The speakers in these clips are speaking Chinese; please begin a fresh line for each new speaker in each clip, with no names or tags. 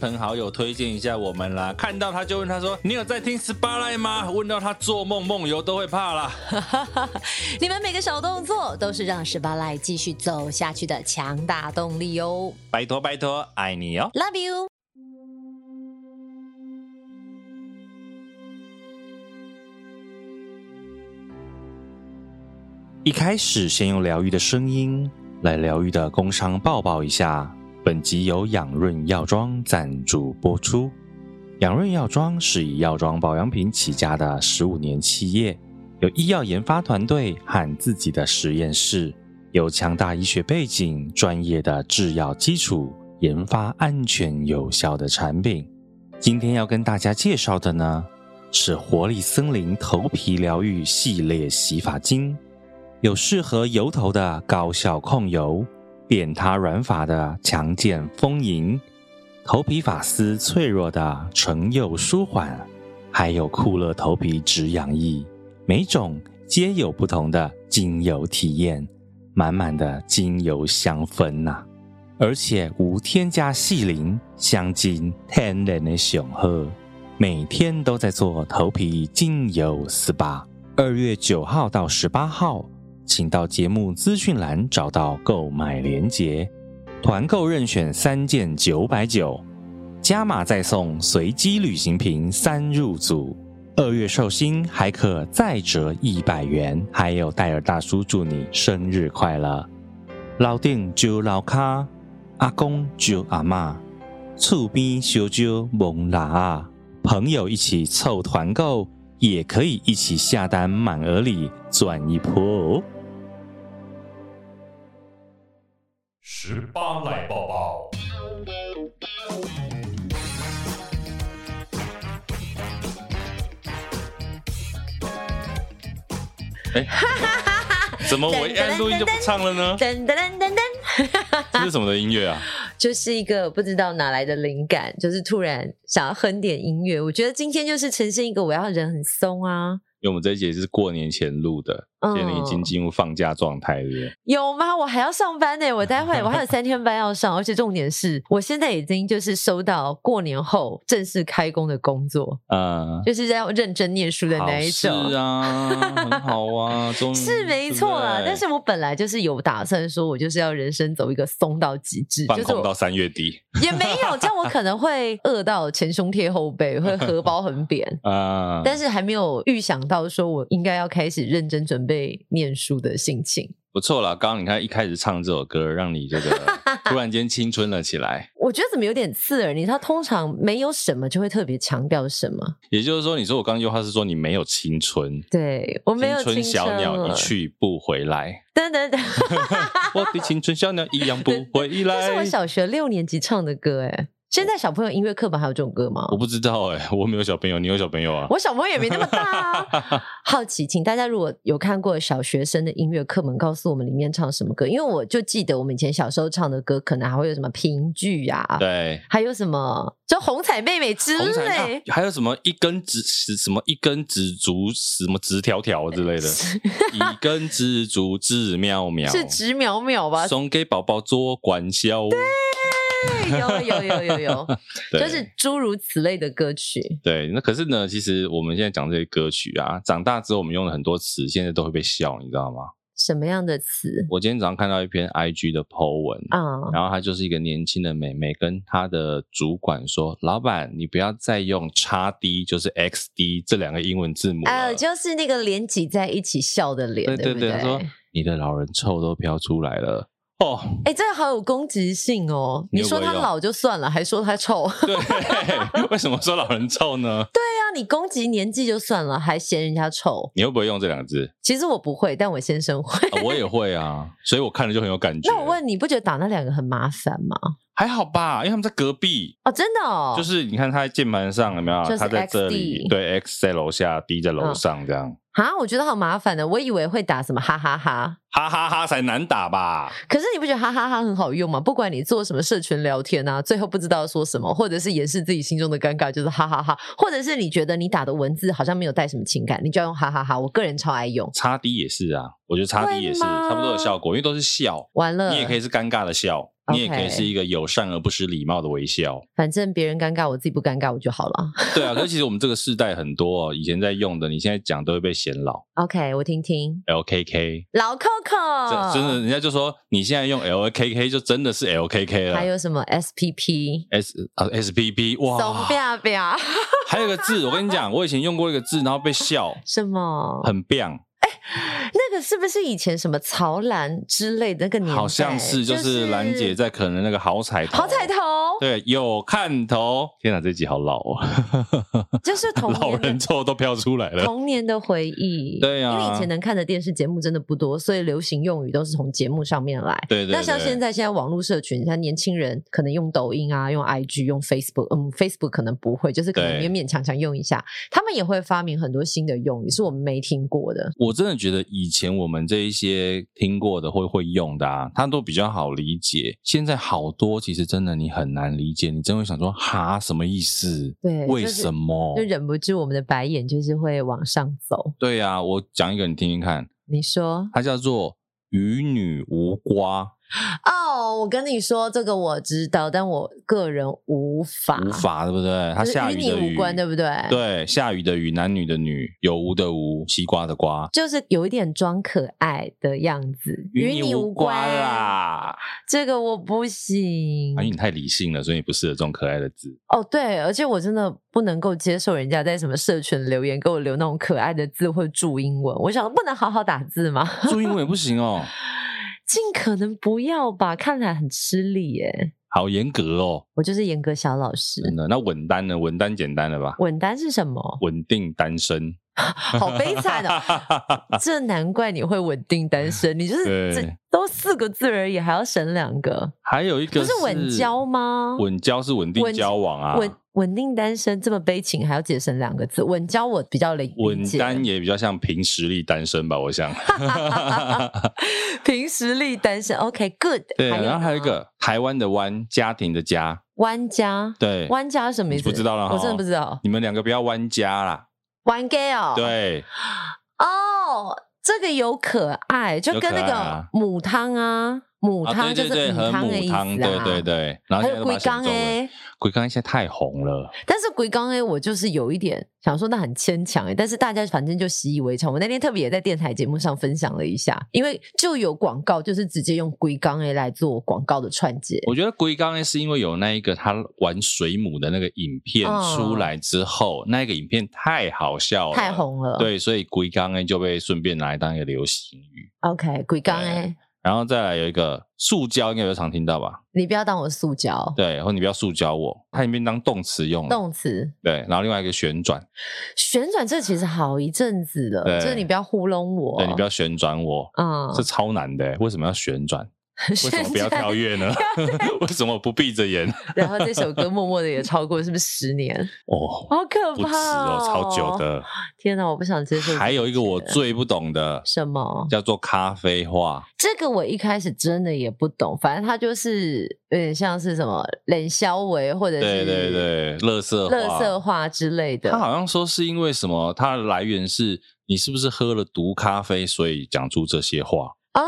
朋好友推荐一下我们啦。看到他就问他说：“你有在听十八赖吗？”问到他做梦梦游都会怕啦。
你们每个小动作都是让十八赖继续走下去的强大动力哦。
拜托拜托，爱你哦。
Love you。
一开始先用疗愈的声音来疗愈的工商抱抱一下。本集由养润药妆赞助播出。养润药妆是以药妆保养品起家的十五年企业，有医药研发团队和自己的实验室，有强大医学背景、专业的制药基础，研发安全有效的产品。今天要跟大家介绍的呢，是活力森林头皮疗愈系列洗发精，有适合油头的高效控油，扁塌软发的强健丰盈，头皮发丝脆弱的唇釉舒缓，还有酷乐头皮止痒液，每种皆有不同的精油体验，满满的精油香氛呐、而且无添加细磷、香精、天然的雄鹤，每天都在做头皮精油 SPA。二月九号到十八号，请到节目资讯栏找到购买链接，团购任选三件九百九，加码再送随机旅行瓶三入组。二月寿星还可再折一百元，还有戴尔大叔祝你生日快乐！老顶就老卡，阿公就阿嬷，厝边小酒蒙啦啊，朋友一起凑团购，也可以一起下单满额礼赚一波哦。
十八赖抱抱，
怎么我一按录音就不唱了呢？
噔噔噔噔噔，
这是什么的音乐啊？
就是一个不知道哪来的灵感，就是突然想要哼点音乐。我觉得今天就是呈现一个我要人很松啊，
因为我们这一节是过年前录的，
嗯
现在已经进入放假状态了。
有吗？我还要上班呢、我待会我还有三天班要上，而且重点是我现在已经就是收到过年后正式开工的工作，
呃，
就是要认真念书的
好
那一
事
种。
啊，很好 啊，终于
是没错啦，但是我本来就是有打算说，我就是要人生走一个松到极致，
放
就是
空到
我
三月底
也没有，这样我可能会饿到前胸贴后背，会荷包很扁。
啊，
但是还没有预想到说我应该要开始认真准备念书的心情。
不错啦，刚刚你看一开始唱这首歌，让你这 个突然间青春了起来。
我觉得怎么有点刺耳？你知道，通常没有什么就会特别强调什么。
也就是说，你说我刚刚一句话是说你没有青春，
对我没有
春
青
小
春
鸟一
了，
去不回 来，
等等等，
我的青春小鸟一样不回
这是
来
我。小学六年级唱的歌哎。现在小朋友音乐课本还有这种歌吗？
我不知道哎、我没有小朋友，你有小朋友啊？
我小朋友也没那么大 啊。好奇，请大家如果有看过小学生的音乐课本，告诉我们里面唱什么歌，因为我就记得我们以前小时候唱的歌，可能还会有什么评剧呀、
对，
还有什么就红彩妹妹之
红彩
类
啊。还有什么一根直直什么一根直竹什么直条条之类的， 一根直竹枝苗苗，
是直淼淼吧？
送给宝宝做管销，哦
对，有有有有有，
对
就是诸如此类的歌曲。
对，那可是呢，其实我们现在讲这些歌曲啊，长大之后我们用了很多词，现在都会被笑，你知道吗？
什么样的词
我今天早上看到一篇 IG 的 po 文，
啊？
然后她就是一个年轻的妹妹，跟她的主管说：“老板，你不要再用叉 D 就是 XD 这两个英文字母了。
啊，就是那个连挤在一起笑的脸，
对
对不
对，她说你的老人 臭都飘出来了。哦，
哎，这个好有攻击性哦！
你
你
有
说
没
他
有
老就算了，还说他臭， 对
对，为什么说老人臭呢？
啊，你攻击年纪就算了，还嫌人家臭。
你会不会用这两个字、
其实我不会，但我 先生会。
啊我也会啊，所以我看了就很有感觉。
那我问你不觉得打那两个很麻烦吗？
还好吧，因为他们在隔壁，
哦，真的哦，
就是你看他在键盘上有没有？
就是嗯
他在这里，
XD
对，X 在楼下，D 在楼上，这样，
啊，我觉得好麻烦的，我以为会打什么哈哈哈，
哈哈哈才难打吧？
可是你不觉得哈哈哈很好用吗？不管你做什么社群聊天啊，最后不知道说什么，或者是掩饰自己心中的尴尬，就是哈哈哈，或者是你觉得你打的文字好像没有带什么情感，你就要用哈哈哈。我个人超爱用，
叉 D 也是啊，我觉得叉 D 也是
会吗
差不多的效果，因为都是笑，
完了，
你也可以，是尴尬的笑，
OK
你也可以是一个友善而不失礼貌的微笑。
反正别人尴尬，我自己不尴尬，我就好了。
对啊，可是其实我们这个世代很多哦以前在用的，你现在讲都会被嫌老
OK，我听听，
LKK。
老
这
Coco，
真的，人家就说你现在用 LKK 就真的是啊 LKK
还
了。
有什么 SPP，
S 啊 SPP
怂
哇，
表表，
还有一个字，我跟你讲，我以前用过一个字，然后被笑，
什么？
很 biang，
那个是不是以前什么曹兰之类的那个年代？
好像是就是兰姐在可能那个好彩头，
好彩 头，
对有看头。天哪，这集好老哦，
就是童
老
年的
人臭都飘出来了。
童年的回忆。
对啊
因为以前能看的电视节目真的不多，所以流行用语都是从节目上面来。
对对对
那像现在，现在网络社群，像年轻人可能用抖音啊，用 IG，用 Facebook，嗯，Facebook 可能不会，就是可能
对
勉勉强强用一下。他们也会发明很多新的用语，是我们没听过的。
我真的觉得以前我们这一些听过的会会用的啊，它都比较好理解。现在好多其实真的你很难理解，你真会想说哈什么意思？
对
为
就是
什么？
就忍不住我们的白眼就是会往上走。
对呀、啊，我讲一个你听听看，
你说
它叫做“与女无瓜
哦，我跟你说这个我知道，但我个人无法，”，
无法对不对？它
就是
下
与
雨
你
的雨
无关，对不对？，
对，下雨的雨，男女的女，有无的无，西瓜的瓜，
就是有一点装可爱的样子，你无
瓜啦。
这个我不行
啊，因。为你太理性了，所以你不适合这种可爱的字。
哦，对，而且我真的不能够接受人家在什么社群留言给我留那种可爱的字或注英文，我想不能好好打字吗？
注英文也不行哦，
尽可能不要吧，看来很吃力耶。
好严格哦，
我就是严格小老师。
真的。那稳单呢？稳单简单了吧？
稳单是什么？
稳定单身，
好悲惨哦！这难怪你会稳定单身，你就是
对
这都四个字而已，还要省两个，
还有一个
不是稳交？吗？
稳交是稳定
稳
交往啊，
稳稳定单身这么悲情，还要节省两个字，稳交我比较理
稳
理解
单也比较像凭实力单身吧，我想。
凭实力单身，OK good。
对，然后还有一
呢
个台湾的湾，家庭的家，
弯家，
对，
弯家是什么意
你
思？
不知道了哈
我真的不知道。
你们两个不要弯家啦。
玩 gay 哦，
对，
哦，这个有可爱，就跟那
有可爱啊
个母汤啊，母
啊
汤
对
就
对
是
对，和
汤的
母
意思啊，
汤，对对对。然
还
后现在
有
都把
龟
它写
缸
成中文，
哎。
龟缸现在太红了，
但是鬼刚 A 我就是有一点想说那很牵强哎，但是大家反正就习以为常。我那天特别也在电台节目上分享了一下，因为就有广告就是直接用鬼刚 A 来做广告的串接。
我觉得龟缸呢，是因为有那一个他玩水母的那个影片
嗯
出来之后，那个影片太好笑了，
太。红了，
对，所以龟缸呢就被顺便拿来当一个流行语。
，OK，鬼刚哎 A，
然后再来有一个塑胶，应该有常听到吧？
你不要当我塑胶
对，然后你不要塑胶我，它已经当动词用了。
动词
对，然后另外一个旋转，
旋转，这其实好一阵子了，
对
就是你不要糊弄我，
对你不要旋转我，
嗯
这，超难的欸，为什么要旋转？为什么不要跳
跃？
跃 呢？ 为什么不闭着眼？
然后这首歌默默的也超过是不是十年？
哦，
好可
不
怕、
止哦，超久。的。
天哪，我不想接受这件事。
还有一个我最不懂的，
什么？
叫做咖啡话。
这个我一开始真的也不懂，反正它就是有点像是什么冷消维或者是
对对对，乐色
乐色
话。
化之类的
他。好像说是因为什么，它的来源是你是不是喝了毒咖啡，所以讲出这些话？
哦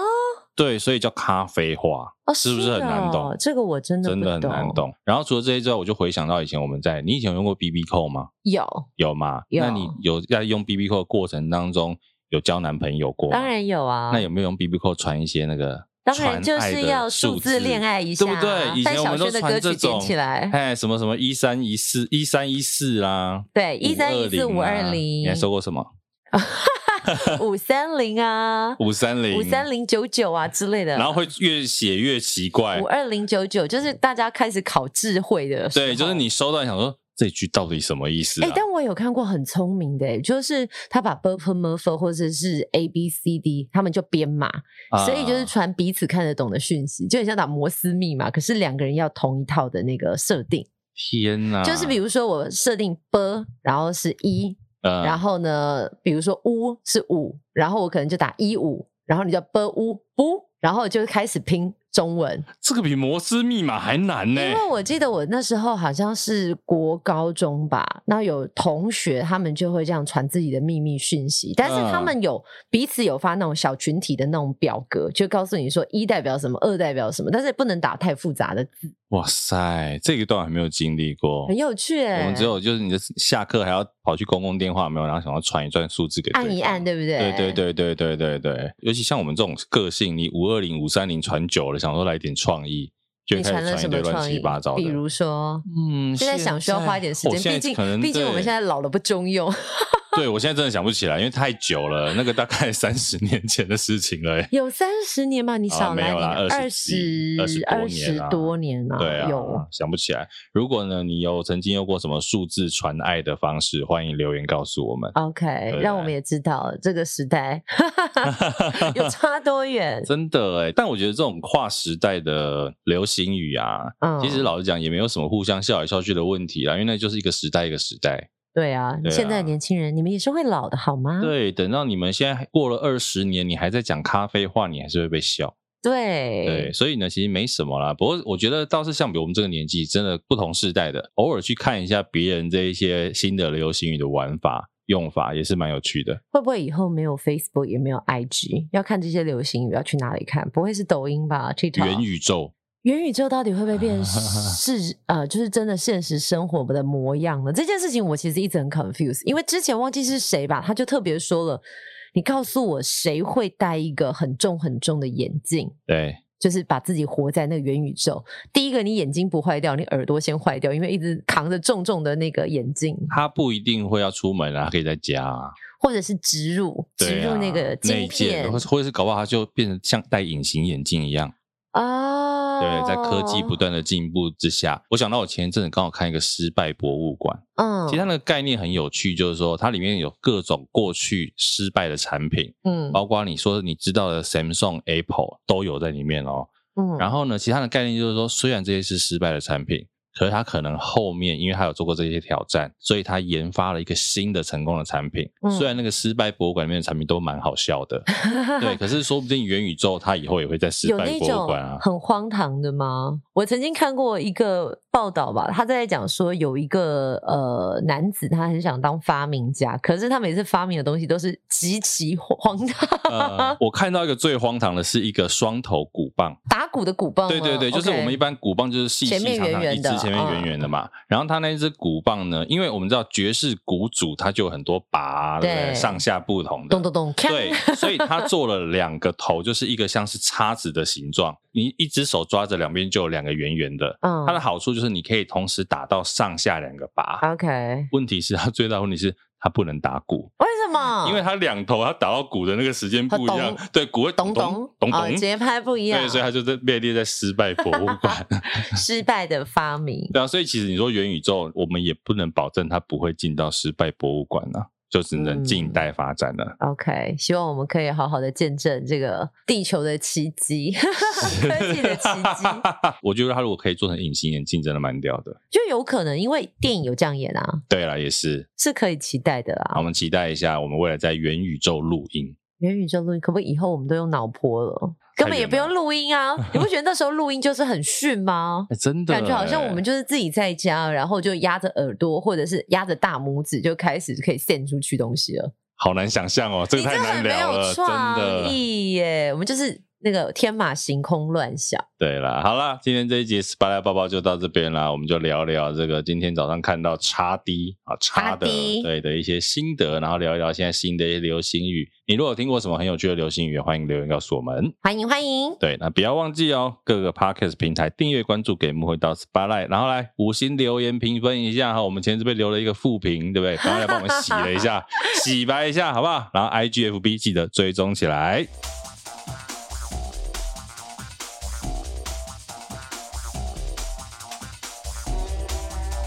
对，所以叫咖啡话，
哦，
是不是很难懂
哦？这个我真的
真
不
的很难。懂。然后除了这些之外，我就回想到以前我们在，你以前有用过 B B 扣吗？
有，
有吗？
有
那你有在用 B B 扣的过程当中有交男朋友过吗？
当然有啊。
那有没有用 B B 扣传一些那个？
当然就是要数字恋。爱一下，
对不对？以
范
前我
晓
们都
萱的歌
传这
曲
种
点起来，
哎，什么什么一三一四、一三一四啦，
对，一三一四五
520啊
二零
你还收 过什么？
五三零啊，
五三零，
五三，零九九啊之类的，
然后会越写越奇怪
五。二零九九就是大家开始考智慧的时候，
对，就是你收到你想说这句到底什么意思、
哎、
啊？
但我有看过很聪明的、欸就是他把 b u r p l e m u r p h 或者是 A B C D，他们就编码，
啊
所以就是传彼此看得懂的讯息，就很像打摩斯密码，可是两个人要同一套的那个设定，
天哪，
就是比如说我设定 b，然后是一，
呃，
然后呢，比如说乌是五，然后我可能就打一五，然后你就 b 乌不，然后就开始拼中文，
这个比摩斯密码还难呢、
因为我记得我那时候好像是国高中吧，那有同学他们就会这样传自己的秘密讯息，但是他
嗯
们有彼此有发那种小群体的那种表格，就告诉你说一代表什么，二代表什么，但是不能打太复杂的字，
哇塞，这个段还没有经历过
很。有趣哎、
我们只有就是你的下课还要跑去公共电话有没有，然后想要传一段数字给对方
按一按，。对不对？
对对。对对对对对，尤其像我们这种个性，你五二零五三零传久了，想说来点创意，就
你
开
传
始
了
传一
什么
堆乱
创
七
意
八糟？的。
比如说，
嗯，
现在想需要花一点时
我
间，
现
毕
在
竟
可能
毕竟我们
对
现在老了不中 用。
对我现在真的想不起来，因为太久了，那个大概 三十年前的事情了、欸。
有三十年吧？你
啊
少
没
来
有
你
啦
二
20
十
20
十
多
多年啊，
对啊，
有。
想不起来。如果呢，你有曾经用过什么数字传爱的方式，欢迎留言告诉我们。
OK，
对
让我们也知道这个时 代有差多远。
真的哎、但我觉得这种跨时代的流行语啊，
嗯
其实老实讲也没有什么互相笑来笑去的问题啦，因为那就是一个时代一个时代。
对啊，
对啊
现在的年轻人，你们也是会老的好吗？
对，等到你们现在过了二十年，你还在讲咖啡话，你还是会被笑。对，
对
所以呢，其实没什么啦。不过我觉得倒是像比如我们这个年纪，真的不同世代的，偶尔去看一下别人这一些新的流行语的玩法、用法，也是蛮有趣的。
会不会以后没有 Facebook 也没有 IG，要看这些流行语要去哪里看？不会是抖音吧？TikTok
元宇宙，
元宇宙到底会不会 变是呃，就是真的现实生活的模样呢？这件事情我其实一直很 confused，因为之前忘记是谁吧，他就特别说了，你告诉我谁会戴一个很重很重的眼镜，
对，
就是把自己活在那个元宇宙。第一个，你眼睛不坏掉，你耳朵先坏掉，因为一直扛着重重的那个眼镜，
他不一定会要出门啊，可以在家啊，
或者是植入植
对啊
入那个
内
镜片
建，或是或者是搞不好他就变成像戴隐形眼镜一样。
啊，
对，在科技不断的进步之下，我想到我前一阵子刚好看一个失败博物馆，
嗯，
其实它那个概念很有趣，就是说它里面有各种过去失败的产品。
嗯
包括你说你知道的 Samsung、Apple 都有在里面哦。
嗯，
然后呢，其他的概念就是说，虽然这些是失败的产品，可是它可能后面因为它有做过这些挑战，所以它研发了一个新的成功的产品
嗯。
虽然那个失败博物馆里面的产品都蛮好 笑的，对，可是说不定元宇宙它以后也会在失
有
败
那
博物
种
馆啊。
很荒唐的吗？我曾经看过一个报道吧，他在讲说有一个呃男子，他很想当发明家，可是他每次发明的东西都是极其荒 唐，
呃，我看到一个最荒唐的是一个双头鼓棒，
打鼓的鼓棒吗。
对对对，就是我们一
OK
般鼓棒就是细细
前面
长长
圆
一
圆
支
的，嗯
前面圆圆的嘛。然后它那一支鼓棒呢，因为我们知道爵士鼓组它就有很多把，对不对？
对
上下不同
咚
的。
咚咚，
对， 所以它做了两个头，就是一个像是叉子的形状，你一只手抓着两边就有两个圆圆的。
嗯
它的好处就是你可以同时打到上下两个把。
，OK，
问题是它最大的问题是它不能打鼓，
为什么？
因为它两头它打到鼓的那个时间不一样
啊它咚，
对，鼓会
咚
咚咚咚
哦
咚，
节拍不一样，
对，所以它就在被列在失败博物馆。
失败的发明。
对啊，所以其实你说元宇宙，我们也不能保证它不会进到失败博物馆啊，就只
嗯
能静待发展啊了。
OK，希望我们可以好好的见证这个地球的奇迹， 科技的奇迹。
我觉得它如果可以做成隐形眼镜，真的蛮屌的。
就有可能因为电影有这样演啊，
对啦，也是，
是可以期待的啊
好
啦
我。们期待一下，我们未来在元宇宙录音。
元宇宙录音可不可以以后我们都用脑波了，
太
根本也
远
不用录音 啊？你不觉得那时候录音就是很逊吗？
哎真的
感觉好像
哎
我们就是自己在家，然后就压着耳朵或者是压着大拇指就开始可以献出去东西了。
好难想象哦，这个
你
太
这
难
很没
聊
有
了，真
创
的。
意耶！我们就是那个天马行空乱想。
对啦，好啦，今天这一集《s p 拉包包》就到这边啦，我们就聊聊这个今天早上看到叉 D 啊叉的
XD
对的一些心得，然后聊一聊现在新的一些流行语。你如果有听过什么很有趣的流行语，欢迎留言告诉我们。
欢迎欢迎，
对，那不要忘记哦，各个 podcast 平台订阅、关注，给幕会到 s p a l i g h t 然后来五星留言评分一下哈。我们前这边留了一个负评，对不对？赶快来帮我们洗了一下，洗白一下，好不好？然后 IGFB 记得追踪起来。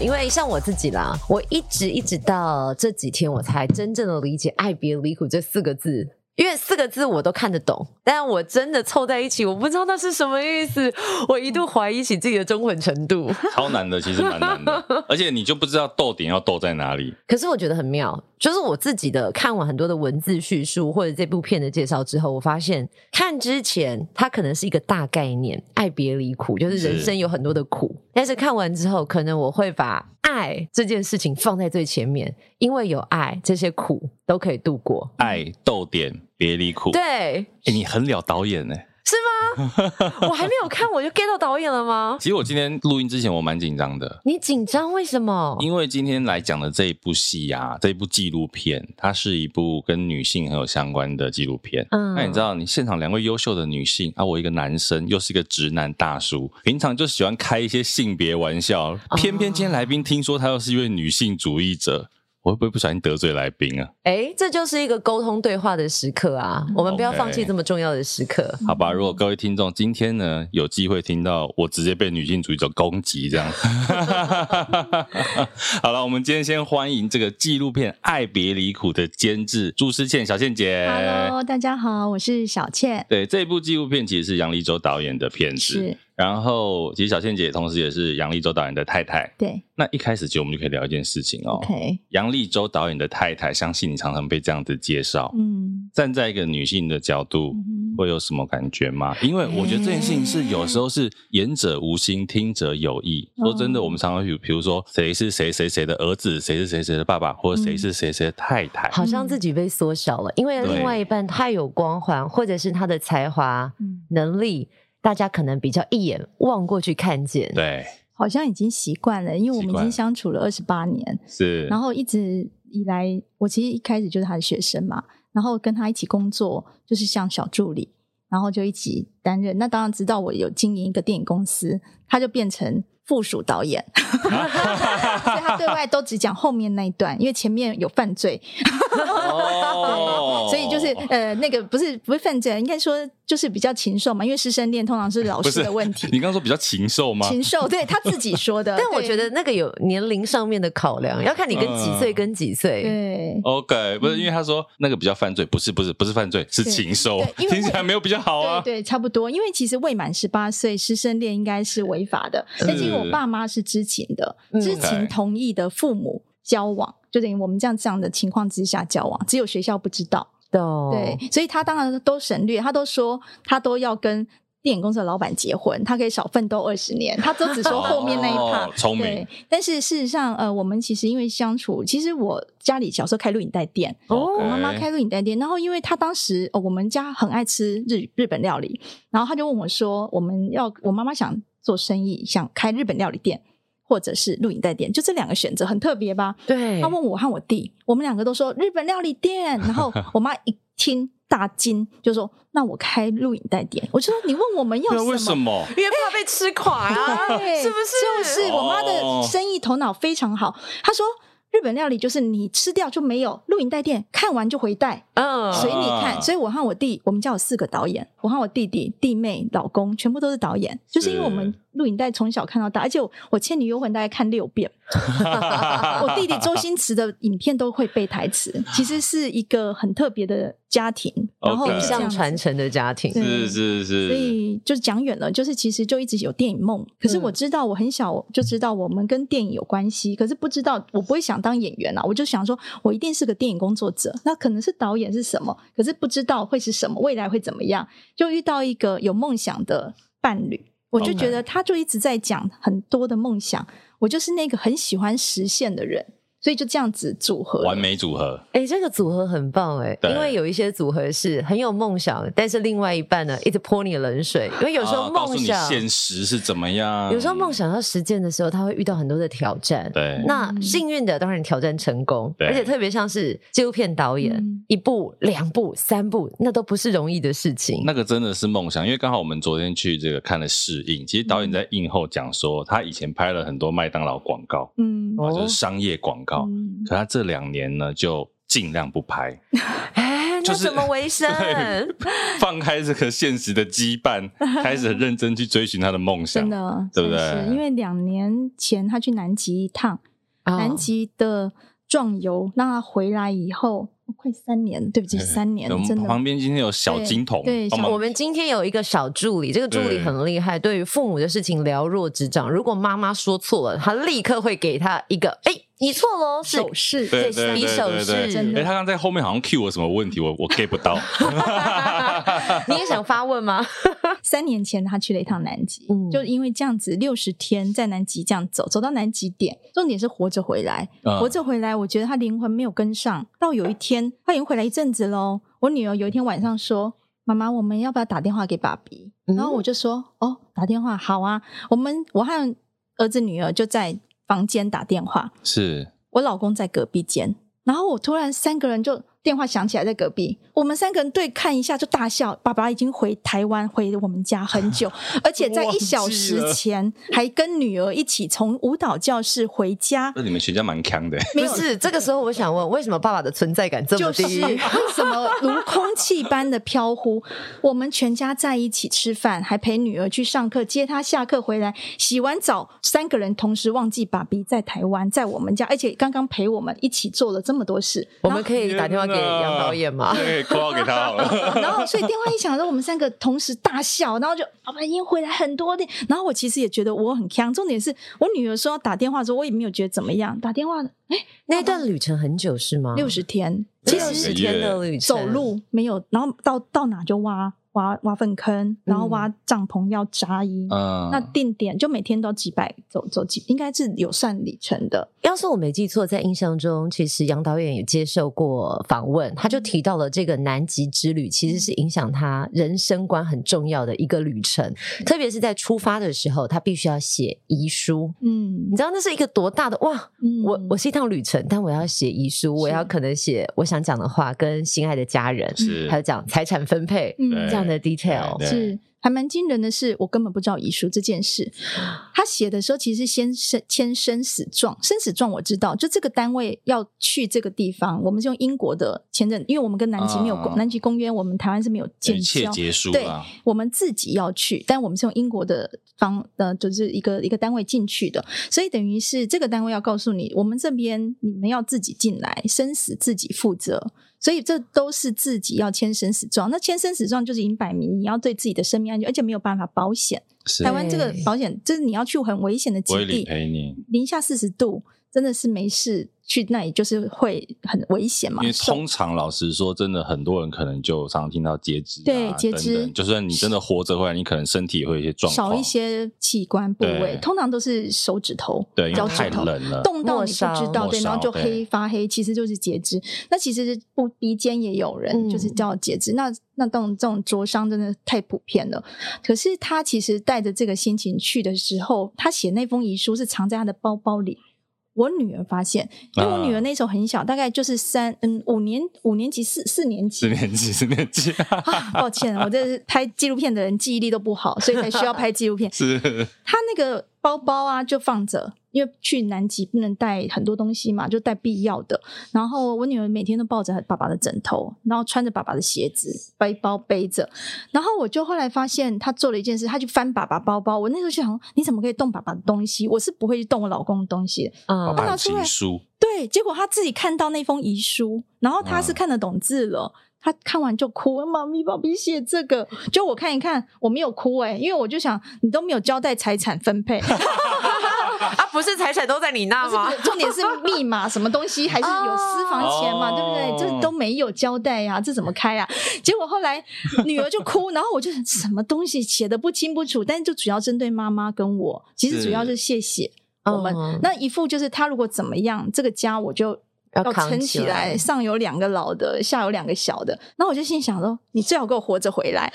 因为像我自己啦，我一直一直到这几天，我才真正的理解“爱别离苦”这四个字。因为四个字我都看得懂，但我真的凑在一起，我不知道那是什么意思。我一度怀疑起自己的中文程度。
超难的，其实蛮难的，而且你就不知道逗点要逗在哪里。
可是我觉得很妙，就是我自己的看完很多的文字叙述或者这部片的介绍之后，我发现看之前它可能是一个大概念，爱别离苦，就是人
是
生有很多的苦。但是看完之后，可能我会把爱这件事情放在最前面，因为有爱，这些苦都可以度过。
爱逗点别离苦，
对，
哎
欸你很了导演呢、
我还没有看我就 get 到导演了吗？
其实我今天录音之前我蛮紧张的，
你紧张为什么？
因为今天来讲的这一部戏啊，这一部纪录片，它是一部跟女性很有相关的纪录片。
嗯
那你知道，你现场两位优秀的女性啊，我一个男生，又是一个直男大叔，平常就喜欢开一些性别玩笑，偏偏今天来
哦
宾听说他又是一位女性主义者，我会不会不小心得罪来宾啊？
哎，这就是一个沟通对话的时刻啊！我们不要
OK
放弃这么重要的时刻。
好吧，如果各位听众今天呢有机会听到我直接被女性主义者攻击这样， 好了，我们今天先欢迎这个纪录片《爱别离苦》的监制朱思倩小倩姐。
Hello，大哦家好，我是小倩，
对，这部纪录片其实是杨立洲导演的片子，
是
然后其实小倩姐同时也是杨立洲导演的太太。
对
那一开始其实我们就可以聊一件事情哦，
，OK，
杨立洲导演的太太，相信你常常被这样子介绍。
嗯，
站在一个女性的角度，
嗯哼
会有什么感觉吗？因为我觉得这件事情是有时候是言者无心，听者有意。
嗯
说真的，我们常常比比如说谁是谁谁谁的儿子，谁是谁谁的爸爸，或者谁是谁谁的太太。
嗯
好像自己被缩小了，因为
对
另外一半太有光环，或者是他的才华、
嗯，
能力，大家可能比较一眼望过去看见。
对，
好像已经习惯了，因为我
习
们已
惯
经相处了二十八年，
是。
然后一直以来，我其实一开始就是他的学生嘛，然后跟他一起工作，就是像小助理，然后就一起担任。那当然知道我有经营一个电影公司，他就变成附属导演， 所以他对外都只讲后面那一段，因为前面有犯罪，
哦
所以就是呃，那个不是不是犯罪，应该说就是比较禽兽嘛，因为师生恋通常是老
不
师
是
的问题。
你刚刚说比较禽兽吗？
禽兽，对他自己说的。
但我
对
觉得那个有年龄上面的考量，要看你跟几岁跟几岁。
对。
OK，不是因为他说那个比较犯罪，不是不是不是犯罪，是
对
禽兽
对，因为
听起来没有比较好啊。
对对，差不多。因为其实未满十八岁，师生恋应该是违法的。
是
但是因为我爸妈是知情的，
嗯
知
OK
情同意的父母交往，就等于我们这样这样的情况之下交往，只有学校不知道。
懂
对，所以他当然都省略，他都说他都要跟电影公司的老板结婚，他可以少奋斗二十年，他都只说后面那一趴
哦。聪明
对，但是事实上，呃，我们其实因为相处，其实我家里小时候开录影带店，
哦
我妈妈
OK
开录影带店，然后因为她当时、哦、我们家很爱吃日日本料理，然后她就问我说，我们要我妈妈想做生意，想开日本料理店或者是录影带店，就这两个选择很特别吧？
对
她，问我和我弟，我们两个都说日本料理店，然 后我妈一听大惊，就说那我开录影带店，我就说你问我们要
对啊，为
什
什
么？
么？
因为怕被吃垮啊，
对，
是不？
就是是我妈
哦
的生意头脑非常好，她说。日本料理就是你吃掉就没有，录影带店看完就回带，
嗯，
随你
啊
看。所以我和我弟，我们家有四个导演，我和我弟弟、弟妹、老公全部都是导演，就是因为我们录影带从小看到大，而且我我《倩女幽魂》大概看六 遍，
啊
我弟弟周星驰的影片都会背台词，其实是一个很特别的家庭，然后
OK
是
影
这样
像
子
传承的家庭，
对
是是是，
所以就是讲远了，就是其实就一直有电影梦。
嗯
可是我知道，我很小就知道我们跟电影有关系，可是不知道我不会想当演员啊，我就想说我一定是个电影工作者，那可能是导演是什么，可是不知道会是什么，未来会怎么样，就遇到一个有梦想的伴侣，我就觉得他就一直在讲很多的梦想，我就是那个很喜欢实现的人，所以就这样子组合了
完美组合。
哎、这个组合很棒哎、
对
因为有一些组合是很有梦想，但是另外一半呢一直泼你冷水，因为有时候
啊告诉
梦
你
想，
现实是怎么样，
有时候梦想要实践的时候，他会遇到很多的挑战。
对
那
嗯
幸运的当然挑战成功，
对
而且特别像是纪录片导演，
嗯
一部、两部、三部，那都不是容易的事情。
那个真的是梦想，因为刚好我们昨天去这个看了试映，其实导演在映后讲说，他以前拍了很多麦当劳广告，
嗯
哦
哦
啊就是商业广告，
嗯
可他这两年呢就尽量不拍，
哎、要怎么为 生？
对，放开这个现实的羁绊，开始很认真去追寻他的梦想
真。的，
对不
真的
对
是因为两年前他去南极一趟，
哦
南极的壮游，那他回来以后哦快三年，对不 起，
对
三年
我，
真
们
的
旁边今天有小金 童
对对
帮忙
小
我们今天有一个小助理，这个助理
对
很厉害，对于父母的事情了若指掌。如果妈妈说错了，他立刻会给他一个，哎、你错了哦，是
手势
对
对
对
比
对
手
对
势
对
真的
哎，他刚在后面好像 cue 我什么问题，我我 get 不到。
你也想发问吗？
三年前他去了一趟南极，
嗯
就因为这样子六十天在南极这样走，走到南极点，重点是活着回来。
嗯
活着回来，我觉得他灵魂没有跟上。到有一天，他已经回来一阵子喽。我女儿有一天晚上说：“妈妈，我们要不要打电话给爸比？”
嗯
然后我就说：“哦，打电话好啊。”我们我和儿子女儿就在房间打电话，
是
我老公在隔壁间。然后我突然三个人就电话响起来，在隔壁，我们三个人对看一下就大笑。爸爸已经回台湾，回我们家很久，而且在一小时前还跟女儿一起从舞蹈教室回家。
那你们学家蛮强的，
没
不
有
是，这个时候我想问，为什么爸爸的存在感这么
就是
低？
为什么如空气般的飘忽？我们全家在一起吃饭，还陪女儿去上课，接她下课回来，洗完澡，三个人同时忘记爸比在台湾，在我们家，而且刚刚陪我们一起做了这么多事。
我们可以打电话给杨导演 吗？
对，挂号给他好了。
然后，所以电话一响的时候，我们三个同时大笑，然后就爸爸已经回来很多天。然后我其实也觉得我很强，重点是我女儿说要打电话的时候，我也没有觉得怎么样。打电话
嗯那一段旅程很久是吗？
六十天，
六
两个
嗯十
月
天的旅程，
走路没有，然后到到哪就挖挖挖粪坑，然后挖帐篷要扎营。
嗯
那定点就每天都几百走走几，应该是有算里程的。
要是我没记错，在印象中，其实杨导演也接受过访问，他就提到了这个南极之旅其实是影响他人生观很重要的一个旅程，特别是在出发的时候，他必须要写遗书。
嗯
你知道那是一个多大的哇！
嗯
我我是一趟旅程，但我要写遗书，我要可能写我想讲的话，跟心爱的家人，
是
还有讲财产分配
嗯
对
这样的 detail。
对
是还蛮惊人的是，我根本不知道遗书这件事。他写的时候其实先生签生死状，生死状我知道，就这个单位要去这个地方，我们是用英国的签证，因为我们跟南极没有公、
啊
南极公约，我们台湾是没有建
一切
交。
结束
对
了，，
我们自己要去，但我们是用英国的方呃，就是一个一个单位进去的，所以等于是这个单位要告诉你，我们这边你们要自己进来，生死自己负责，所以这都是自己要签生死状。那签生死状就是已经摆明你要对自己的生命安全，而且没有办法保险。
是
台湾这个保险就是你要去很危险的
我
基
会理
地，
赔你，
零下四十度真的是没事去那里就是会很危险嘛
因为，
受
通常老实说，真的很多人可能就常常听到截肢、啊，
对截肢
等等，就算你真的活着回来，你可能身体也会有一些状况，
少一些器官部位
对，
通常都是手指头、
对，因
脚
为
趾
太
头。
冷了，
冻到你不
末梢
知道，对，
末梢
然后就
对
黑发黑，其实就是截肢。那其实不鼻尖也有
嗯
人就是叫截肢，那那这种这种灼伤真的太普遍了。可是他其实带着这个心情去的时候，他写那封遗书是藏在他的包包里。我女儿发现，因为我
啊
女儿那时候很小，大概就是三嗯五年五年级四四年级
十，年级，十年 级，
啊抱歉，我这是拍纪录片的人记忆力都不好，所以才需要拍纪录片。
是
他那个包包啊，就放着，因为去南极不能带很多东西嘛，就带必要的。然后我女儿每天都抱着爸爸的枕头，然后穿着爸爸的鞋子，背包背着。然后我就后来发现，她做了一件事，她去翻爸爸包包。我那时候就想，你怎么可以动爸爸的东西？我是不会去动我老公的东西的。
爸
嗯，
爸
拿
的
出来
情书，
对，结果他自己看到那封遗书，然后他是看得懂字了，他看完就哭，妈咪，爸比写这个，就我看一看，我没有哭哎、因为我就想你都没有交代财产分配，不是
啊，不是财产都在你那
不是，重点是密码什么东西，还是有私房钱嘛，对
哦
不对？这都没有交代呀、这怎么 开呀、结果后来女儿就哭，然后我就想什么东西写的不清不楚，但是就主要针对妈妈跟我，其实
是
主要是谢谢。
嗯
我们、那一副就是他如果怎么样，这个家我就
要扛
撑
起
起
来
来，上有两个老的，下有两个小的。然后我就心里想说，你最好给我活着回来。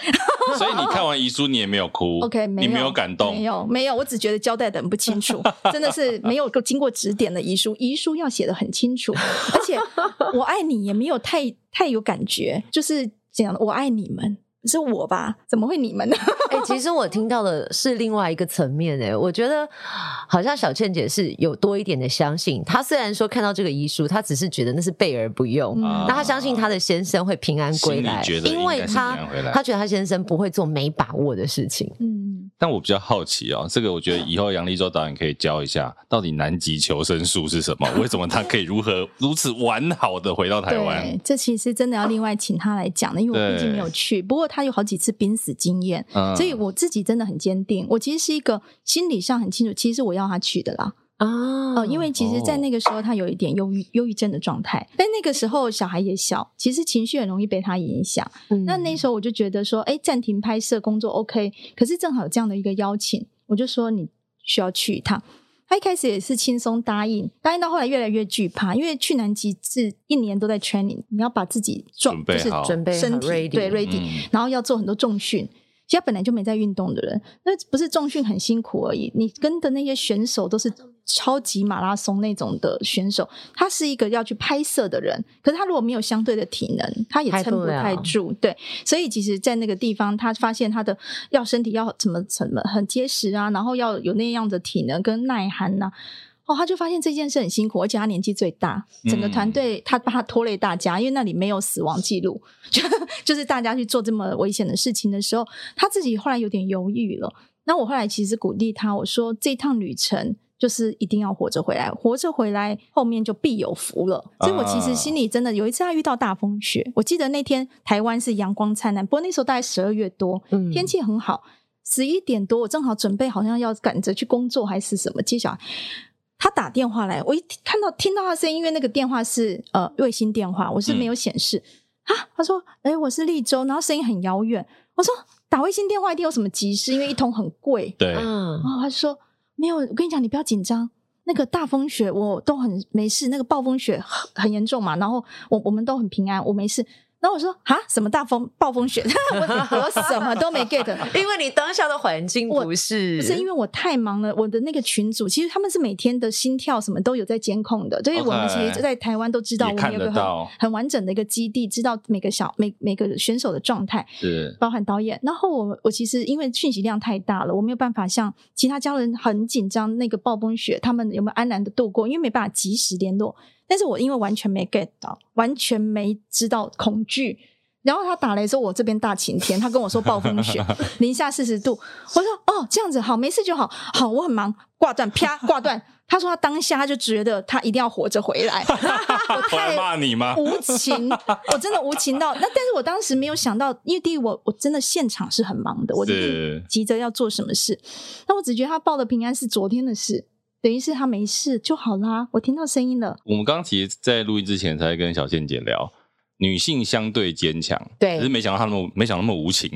所以你看完遗书，你也没有哭
OK，没有，
你没有感
没
动，
有，没有，我只觉得交代的很不 清楚，真的是没有经过指点的遗书，遗书要写的很清楚， 而且我爱你也没有太太有感觉，就是讲我爱你们。是我吧？怎么会你们呢？
哎、其实我听到的是另外一个层面哎、我觉得好像小倩姐是有多一点的相信。她虽然说看到这个遗书，她只是觉得那是备而不用，
啊
嗯
那她相信她的先生会平安归来，
心里觉得
因为
应该是
她
平安回来
她觉得她先生不会做没把握的事情。
嗯，
但我比较好奇哦，这个我觉得以后杨立洲导演可以教一下，到底南极求生术是什么？为什么他可以如何 如此完好的回到台湾
对？，这其实真的要另外请他来讲的，因为我毕竟没有去。不过他有好几次濒死经验，
嗯
所以我自己真的很坚定。我其实是一个心理上很清楚，其实我要他去的啦。
啊
呃，因为其实，
哦
在那个时候他有一点忧郁忧郁症的状态，但那个时候小孩也小，其实情绪很容易被他影响。
嗯
那那时候我就觉得说，哎，暂停拍摄工作 OK，可是正好有这样的一个邀请，我就说你需要去一趟。他一开始也是轻松答应，答应到后来越来越惧怕，因为去南极是一年都在 training，你要把自己
准
壮，
备
就是
好
准备好
身体
ready
对 ready，、
嗯
然后要做很多重训。其实他本来就没在运动的人，那不是重训很辛苦而已。你跟的那些选手都是超级马拉松那种的选手，他是一个要去拍摄的人，可是他如果没有相对的体能，他也
拍不
撑不太
了
住。对，所以其实，在那个地方，他发现他的要身体要怎么怎么很结实啊，然后要有那样的体能跟耐寒呐、哦，他就发现这件事很辛苦，而且他年纪最大，整个团队他把他拖累大家，因为那里没有死亡记录， 就就是大家去做这么危险的事情的时候，他自己后来有点犹豫了。那我后来其实鼓励他，我说这趟旅程就是一定要活着回来，活着回来后面就必有福了。所以我其实心里真的有一次他遇到大风雪，我记得那天台湾是阳光灿烂，不过那时候大概十二月多，
嗯
天气很好。十一点多，我正好准备好像要赶着去工作还是什么接小孩，他打电话来，我一看到听到他的声音，因为那个电话是呃卫星电话，我是没有显示、啊。他说：“哎、我是利州，然后声音很遥远。”我说：“打卫星电话一定有什么急事，因为一通很贵。
对，
嗯”
然后他就说：“没有，我跟你讲，你不要紧张。那个大风雪我都很没事，那个暴风雪很很严重嘛，然后我我们都很平安，我没事。”然后我说：“啊，什么大风暴风雪？ 我我什么都 没 get。”
因为你当下的环境不是，
不是因
为
为我太忙了，我的那个群组其实他们是每天的心跳什么都有在监控的，所以
OK
我们其实在台湾都知道，
也
我
看
们有
得
个
到
很很完整的一个基地，知道每个小每每个选手的状态，
是
包含导演。然后我我其实因为讯息量太大了，我没有办法像其他家人很紧张那个暴风雪，他们有没有安然的度过，因为没办法及时联络。但是我因为完全没 get 到，完全没知道恐惧。然后他打来说我这边大晴天，他跟我说暴 风雪，零下四十度。我说哦这样子好，没事就好，好我很忙，挂断啪挂断。他说他当下他就觉得他一定要活着 回来，我
我来
太
骂你吗？
无 情，我真的无情到那，但是我当时没有想到，因为第一我我真的现场是很忙的，我就是是急着要做什么事，那我只觉得他报的平安是昨天的事，等于是他没事就好啦，我听到声音了，
我们刚刚其实，在录音之前才跟小倩姐聊，女性相对坚强，
对
只是没想到她那么没想到那么无情，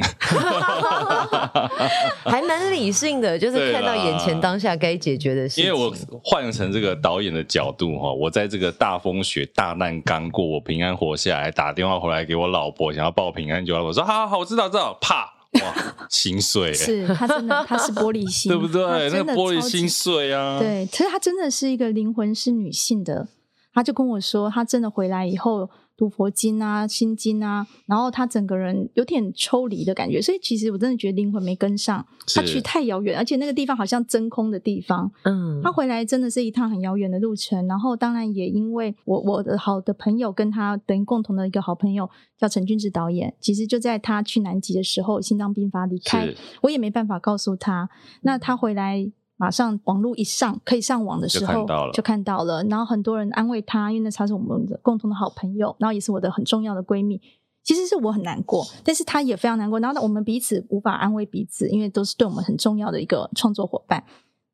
还蛮理性的，就是
对
看到
啦
眼前当下该解决的事情。
因为我换成这个导演的角度哈，我在这个大风雪大难刚过，我平安活下来，打电话回来给我老婆，想要报平安就要我说好好好，我知道知道，啪， 哇，心碎、欸，
是他真的他是玻璃 心，
对不对
他？
那个
真的
玻璃
超级
心碎啊，，
对，其实她真的是一个灵魂是女性的。她就跟我说，她真的回来以后读佛经啊、心经啊，然后她整个人有点抽离的感觉。所以其实我真的觉得灵魂没跟上，她
是
去太遥远，而且那个地方好像真空的地方。
嗯
她回来真的是一趟很遥远的路程。然后当然也因为我我的好的朋友跟她等于共同的一个好朋友叫陈俊志导演，其实就在她去南极的时候，心脏病发离开
是，
我也没办法告诉他。
嗯
那他回来，马上网络一上可以上网的时候，
就看到了
就看到了然后很多人安慰他，因为那他是我们的共同的好朋友，然后也是我的很重要的闺蜜。其实是我很难过，但是他也非常难过。然后呢，我们彼此无法安慰彼此，因为都是对我们很重要的一个创作伙伴。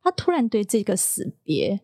他突然对这个死别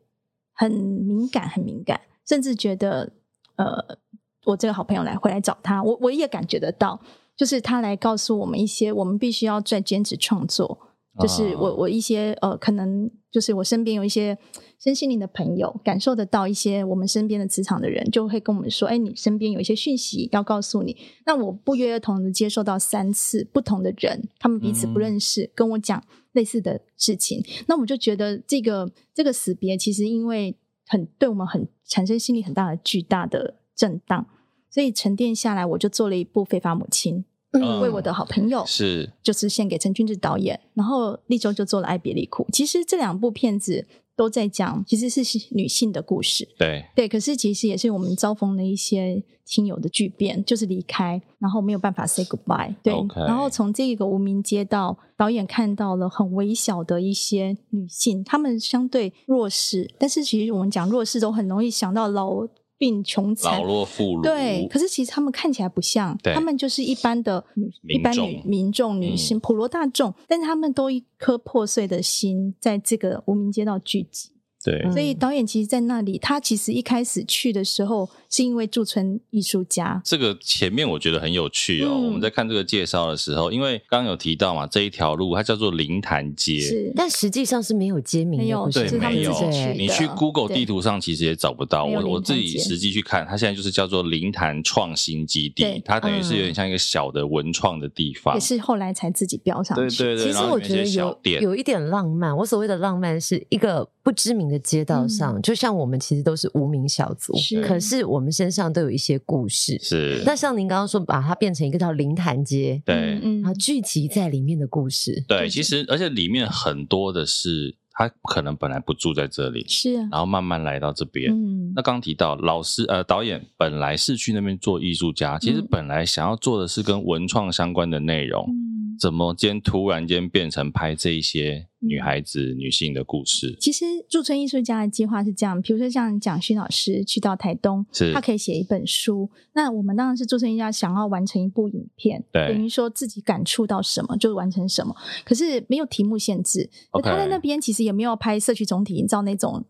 很敏感，很敏感，甚至觉得呃，我这个好朋友来回来找他，我我也感觉得到，就是他来告诉我们一些我们必须要再坚持创作。就是我我一些呃，可能就是我身边有一些身心灵的朋友，感受得到一些我们身边的职场的人，就会跟我们说，哎，你身边有一些讯息要告诉你。那我不约而同的接受到三次不同的人，他们彼此
嗯
不认识，跟我讲类似的事情，那我就觉得这个这个死别，其实因为很对我们很产生心理很大的巨大的震荡，所以沉淀下来，我就做了一部《非法母亲》。
嗯
为我的好朋友》
是
就是献给陈俊志导演，然后立州就做了《爱别离苦》。其实这两部片子都在讲，其实是女性的故事，
对，
对。可是其实也是我们遭逢了一些亲友的巨变，就是离开，然后没有办法 say goodbye，对。
OK
然后从这个无名街道，导演看到了很微小的一些女性，她们相对弱势，但是其实我们讲弱势都很容易想到老病穷残
老，弱妇孺，
对，可是其实他们看起来不像，
对
他们就是一般的女一
民
般
众嗯
女民众、女性、普罗大众，但是他们都一颗破碎的心，在这个无名街道聚集。
对
嗯
所以导演其实，在那里，他其实一开始去的时候，是因为驻村艺术家，
这个前面我觉得很有趣哦。
嗯
我们在看这个介绍的时候，因为刚刚有提到嘛，这一条路它叫做灵潭街，
是
但实际上是没有街名的，
没有
不
对，
是他们
没有
自己取的。
你去 Google
对
地图上其实也找不到。
没有
我我
灵潭
自己
街
实际去看，它现在就是叫做灵潭创新基地
对，
它等于是有
嗯
点像一个小的文创的地方
也。是后来才自己标上
对
去。
对对，
其实
然后
我
里面
觉得
一些小
有
店
有一点浪漫。我所谓的浪漫，是一个不知名的街道上，就像我们其实都是无名小卒，
嗯是
可是我们身上都有一些故事。
是，
那像您刚刚说，把它变成一个叫灵潭街，
对
嗯
然后聚集在里面的故事。
对，其实而且里面很多的是他可能本来不住在这里，
是啊，
然后慢慢来到这边。
嗯
那，刚提到老师呃导演本来是去那边做艺术家，其实
嗯
本来想要做的是跟文创相关的内容，
嗯
怎么间突然间变成拍这一些女孩子、女性的故事？
其实驻村艺术家的计划是这样，比如说像蒋勋老师去到台东
是，
他可以写一本书。那我们当然是驻村艺术家想要完成一部影片，
对
等于说自己感触到什么就完成什么，可是没有题目限制。
OK
他在那边其实也没有拍社区总体营造那种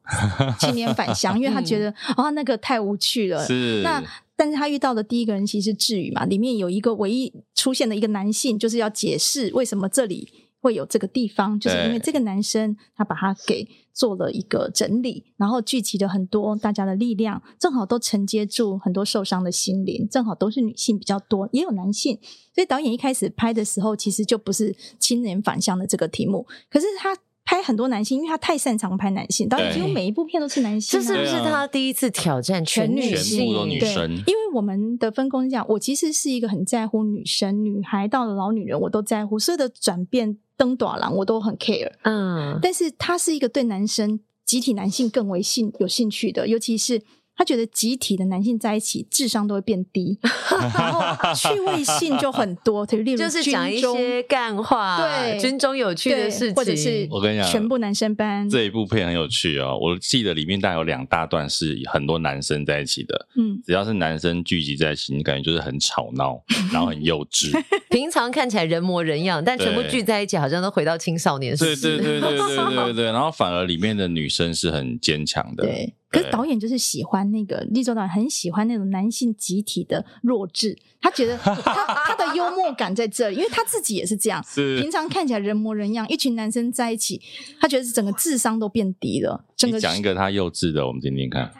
青年返 乡，因为他觉得啊、那个太无趣了，
是
那但是他遇到的第一个人其实是志宇嘛，里面有一个唯一出现的一个男性，就是要解释为什么这里会有这个地方，就是因为这个男生他把他给做了一个整理，然后聚集了很多大家的力量，正好都承接住很多受伤的心灵，正好都是女性比较多，也有男性，所以导演一开始拍的时候其实就不是青年返乡的这个题目，可是他。拍很多男性，因为他太擅长拍男性，导演
对
几乎每一部片都是男性、
这
啊，
是不是
对啊
他第一次挑战
全
女
女
全部都女
对
生
因为我们的分工是这样，我其实是一个很在乎女生、女孩到了老女人，我都在乎，所有的转变、登短廊我都很 care。
嗯，
但是他是一个对男生、集体男性更为兴有兴趣的，尤其是他觉得集体的男性在一起智商都会变 低，然后趣味性就很多，就例如
就是讲一
军中
些干话，
对
军中有趣的
对
事情，
或者是
我跟你讲
全部男生班，
这一部片很有趣哦，我记得里面大概有两大段是很多男生在一起的，
嗯，
只要是男生聚集在一起，你感觉就是很吵闹，然后很幼 稚。
平常看起来人模人样，但全部
对
聚在一起，好像都回到青少年时
对
期。
对对对对对对，然后反而里面的女生是很坚强的，
对，可是导演就是喜欢那个立州导演很喜欢那种男性集体的弱智，他觉得 他他的幽默感在这里，因为他自己也是这样，
是
平常看起来人模人样，一群男生在一起，他觉得整个智商都变低了，整
你
个啊
讲一个他幼稚的，我们听听看。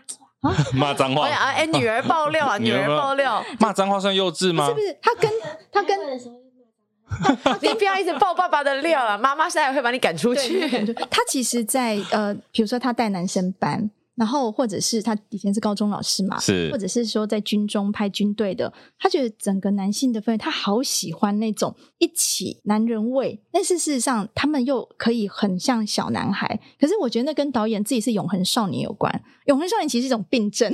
骂脏话
哎，呀，哎，女儿爆料 啊，女
女儿
儿
爆
爆料，
骂脏话算幼稚吗
是不？是他跟他跟
你不要一直爆爸爸的料啊，妈妈现在会把你赶出去。
对，他其实在，呃，比如说他带男生班，然后或者是他以前是高中老师嘛，
是
或者是说在军中拍军队的，他觉得整个男性的氛围，他好喜欢那种一起男人味，但是事实上他们又可以很像小男孩，可是我觉得那跟导演自己是永恒少年有关，永恒少年其实是一种 病症，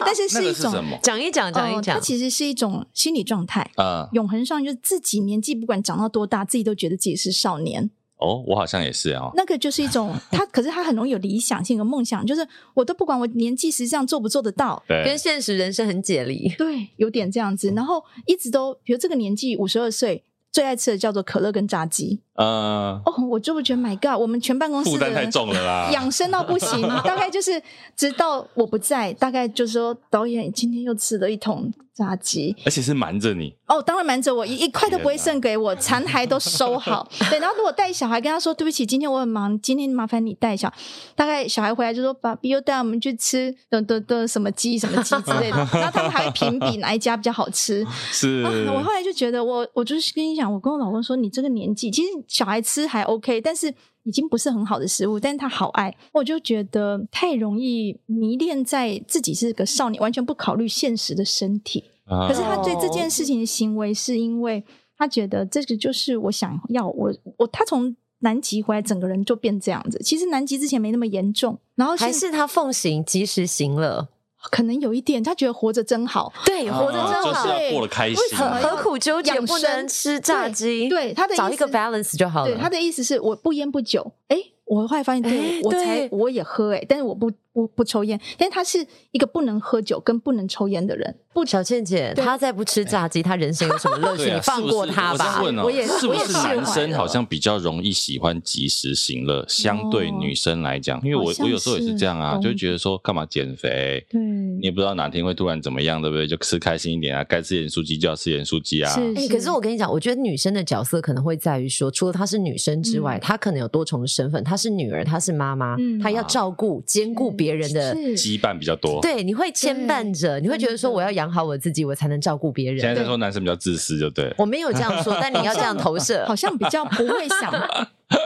但是
那
是
个
一
是
种
什。么？
讲一讲，讲一
呃
讲
它，其实是一种心理状态。
嗯，
永恒少年就是自己年纪不管长到多大，自己都觉得自己是少年。
哦，我好像也是啊。
那个就是一种他，可是他很容易有理想性和梦想，就是我都不管我年纪实际上做不做得到，
对
跟，现实人生很解离。
对，有点这样子。然后一直都，比如这个年纪五十二岁，最爱吃的叫做可乐跟炸鸡。
呃，
哦，我就会觉得 My God，我们全办公室
负
的
担太
人
重了啦。
养生到不行，啊大 概就是直到我不在，大概就是说导演今天又吃了一桶炸鸡，
而且是瞒着你，
哦，当然瞒着我，一一块都不会剩给我，残骸都收好。对，然后如果带小孩，跟他说对不起，今天我很忙，今天麻烦你带小。大概小孩回来就说：“爸比又带我们去吃的的的什么鸡什么鸡之 类的。”然后他们还会评比哪一家比较好吃。
是
啊、我后来就觉得我，我就是跟你讲，我跟我老公说，你这个年纪，其实小孩吃还 OK，但是已经不是很好的食物，但是他好爱，我就觉得太容易迷恋在自己是个少年，完全不考虑现实的身体。
啊
可是他对这件事情的行为，是因为他觉得这个就是我想要我我他从南极回来，整个人就变这样子。其实南极之前没那么严重，然后
还
现
是他奉行及时行乐，
可能有一点，他觉得活着真好，
对，活着
啊
真
就是
好，
要过得开心
为什么
啊，
要
何苦纠结
养
不能
生
吃炸鸡？
对对他的意
找一个
思
balance 就好了。
对，他的意思是我不烟不酒，哎、我后来发现，对、
哎
我才
对
我也喝、哎，但是我不不不抽烟，但是他是一个不能喝酒跟不能抽烟的人，不
小倩姐，
对
她再不吃炸鸡，她人生有什么乐趣？
对
你
啊，
放过她
是
吧。
不是我在问哦，
我也
是不
我也
是
释怀
男生
了
好像比较容易喜欢及时行乐，相对女生来讲，因为
哦好
我
像
我有时候也是这样啊，
是
就会觉得说干嘛减肥。
对，
你也不知道哪天会突然怎么样，对不对？就吃开心一点啊，该吃盐酥鸡就要吃盐酥鸡啊。
嗯是
哎、可是我跟你讲，我觉得女生的角色可能会在于说，除了她是女生之外，
嗯
她可能有多重的身份，她是女儿，她是妈妈，
嗯
她要照顾、兼顾别人的。
是
羁绊比较多。，
对，你会牵绊着，你会觉得说
真的
我要养好我自己，我才能照顾别
现在
人。
在说男生比较自私，就对了。
我没有这样说，但你要这 样投射
好。像比较不会 想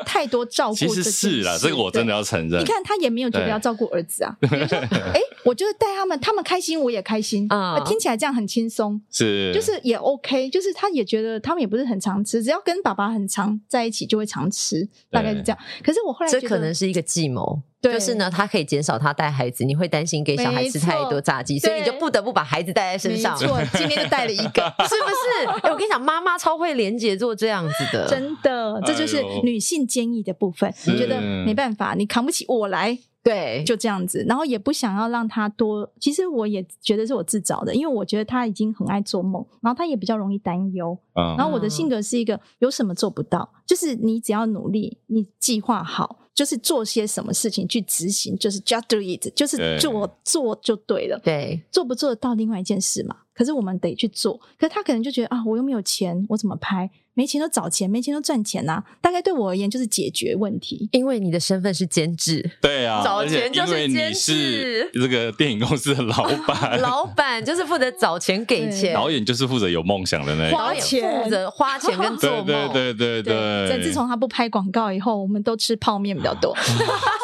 太多照顾这
其
件
实
事，
是啦，这个我真的
对
要承认。
你看他也没有觉得
对
要照顾儿子啊，比 如说，哎，我就是带他们，他们开心我也开心
啊
啊，听起来这样很轻松，
是
就是也 OK，就是他也觉得他们也不是很常吃，只要跟爸爸很常在一起就会常吃，大概是这样。可是我后来
这
觉得
可能是一个计谋，
对
就是呢，他可以减少他带孩子，你会担心给小孩吃
没错
太多炸鸡，所以你就
对
不得不把孩子带在身上，
没错，今天就带了一个
，是不是？哎我跟你讲，妈妈超会连结做这样子的，
真的，这就是
哎呦
女性坚毅的部分。
是
你觉得没办法，你扛不起，我来，
对，
就这样子。然后也不想要让他多，其实我也觉得是我自找的，因为我觉得他已经很爱做梦，然后他也比较容易担忧。
嗯
然后我的性格是一个有什么做不到，就是你只要努力，你计划好，就是做些什么事情去执行，就是 just do it，就是
对
做做就对了。
对，
做不做得到另外一件事嘛，可是我们得去做。可是他可能就觉得啊，我又没有钱，我怎么拍？没钱就找钱，没钱就赚钱呐、大概对我而言就是解决问题。
因为你的身份是监制。
对啊，
早
而且
前就
因
是
为你
监
是
制
这个电影公司的老 板，
老板就是负责找钱给钱，
导演就是负责有梦想的那一个。
导演
花钱
负责花钱跟做
对
梦。
对对对
但自从他不拍广告以后，我们都吃泡面比较多。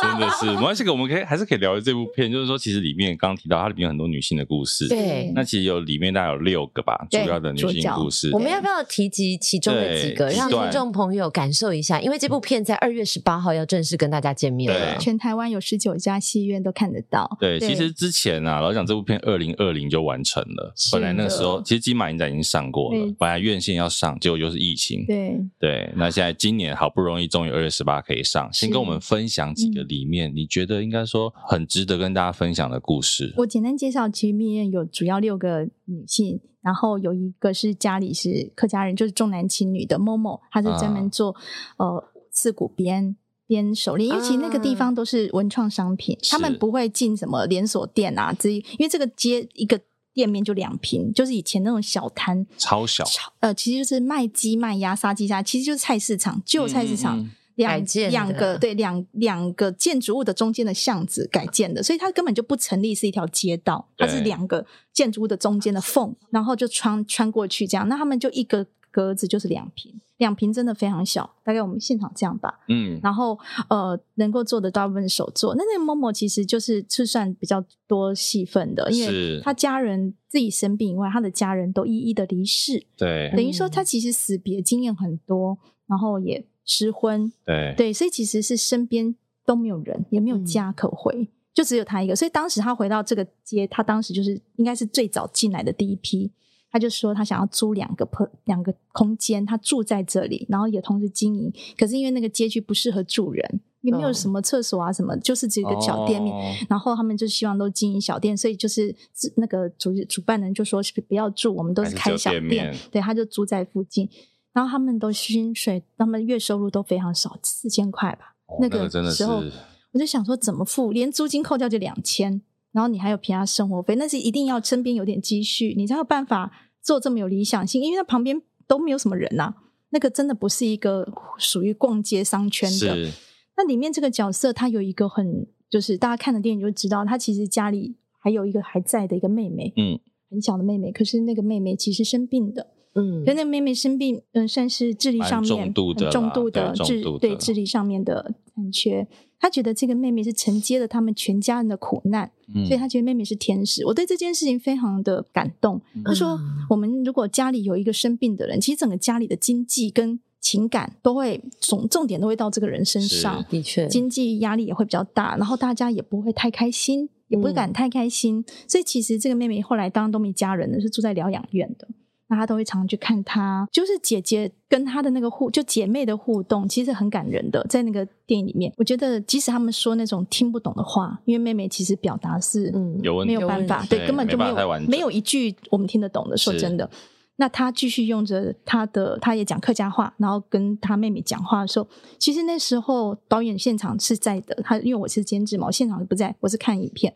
真的是，没关系，我们可以还是可以聊这部片，就是说，其实里面刚刚提到，它里面有很多女性的故事。
对
那其实有里面大概有六个吧，主
对
要的女
主
性
角
故事
我。们要不要提及其中的几个，
对
让
几段
听众朋友感受一下？因为这部片在二月十八号要正式跟大家见面了
对。
全台湾有十九家戏院都看得到。
对，其实之前啊，老实讲这部片二零二零就完成了，
是
本来那个时候
的
其实金马影展已经上过了，
没
本来院线要上，结果又是疫情。
对，
对，那现在今年好不容易终于二月十八可以上，先
是
跟我们分享几个
嗯
里面你觉得应该说很值得跟大家分享的故事。
我简单介绍，其实蜜院有主要六个女性，然后有一个是家里是客家人，就是重男轻女的 Momo，她是专门做、呃刺骨编编手链，因为其实那个地方都是文创商品，
是
他们不会进什么连锁店啊，只因为这个街一个店面就两平，就是以前那种小摊，
超小，
呃，其实就是卖鸡卖鸭杀鸡杀，其实就是菜市场，旧菜市场。
嗯嗯嗯
改
两
建的
两个对两两个建筑物的中间的巷子改建的，所以它根本就不成立是一条街道，它
对
是两个建筑物的中间的缝，然后就穿穿过去这样。那他们就一个格子就是两平，两平真的非常小，大概我们现场这样吧。
嗯，
然后呃，能够做的大部分是手做。那那个 Momo 其实就是是算比较多戏份的，因为
是
他家人自己生病以外，他的家人都一一的离世，
对
嗯
等于说他其实死别经验很多，然后也失婚，
对
对，所以其实是身边都没有人，也没有家可回，就只有他一个。所以当时他回到这个街，他当时就是应该是最早进来的第一批。他就说他想要租两个 per 两个空间，他住在这里，然后也同时经营。可是因为那个街区不适合住人，也没有
哦
什么厕所啊什么，就是只有一个小店面。
哦
然后他们就希望都经营小店，所以就是自那个主主办人就说是不要住，我们都
还
是
是
开
只有
小
店
店，
面
对，他就住在附近。然后他们都薪水，他们月收入都非常少，四千块吧。
哦
那
那个真的
时候
是
我就想说怎么付，连租金扣掉就两千，然后你还有其他生活费，那是一定要身边有点积蓄，你才有办法做这么有理想性，因为他旁边都没有什么人呐、那个真的不是一个属于逛街商圈的，
是
那里面这个角色，他有一个很，就是大家看的电影就知道，他其实家里还有一个还在的一个妹妹，
嗯，
很小的妹妹。可是那个妹妹其实生病的，
嗯
因为那妹妹生病，嗯，算是智力上面
蛮重度的啦
很重度的
对
智
重度的
对智力上面的残缺。她觉得这个妹妹是承接了他们全家人的苦难，
嗯
所以她觉得妹妹是天使。我对这件事情非常的感动。她说
嗯，
我们如果家里有一个生病的人，其实整个家里的经济跟情感都会总重点都会到这个人身
是
上。
的确，
经济压力也会比较大，然后大家也不会太开心，也
嗯
不会敢太开心。所以其实这个妹妹后来当然都没家人了，是住在疗养院的。那她都会常常去看她，就是姐姐跟她的那个互，就姐妹的互动，其实很感人的。在那个电影里面，我觉得即使他们说那种听不懂的话，因为妹妹其实表达是
嗯
有问
没
题
有办法，
对
根本就没
没办法太完
有
整
没有一句我们听得懂的。说
是
真的，那他继续用着他的，他也讲客家话，然后跟他妹妹讲话的时候，其实那时候导演现场是在的，他因为我是监制嘛，我现场不在，我是看影片。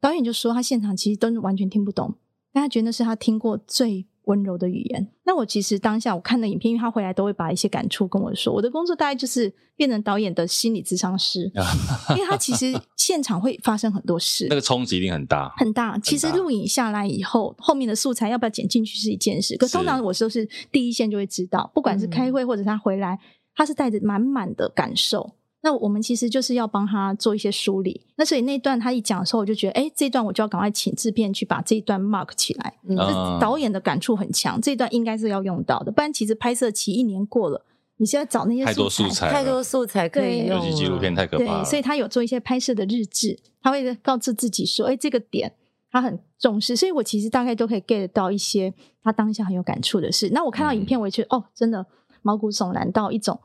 导演就说他现场其实都完全听不懂，但他觉得那是他听过最。温柔的语言。那我其实当下我看的影片，因为他回来都会把一些感触跟我说。我的工作大概就是变成导演的心理咨 商师，因为他其实现场会发生很多事。
那个冲击一定很大，
很大。其实
大
录影下来以后，后面的素材要不要剪进去是一件事，可
是嗯
通常我都是第一线就会知道，不管是开会或者他回来，他是带着满满的感受。那我们其实就是要帮他做一些梳理。那所以那段他一讲的时候，我就觉得，哎，这段我就要赶快请制片去把这一段 mark 起来。
嗯
这
嗯
导演的感触很强，这一段应该是要用到的，不然其实拍摄期一年过了，你现在找那些
太多素材了，
太多素材可以
对
用
尤
了，
其纪录片太可怕
对，
了，
所以他有做一些拍摄的日志，他会告知自己说：“哎，这个点他很重视。”所以我其实大概都可以 get 到一些他当下很有感触的事。那我看到影片，我也觉得、哦，真的毛骨悚然到一种，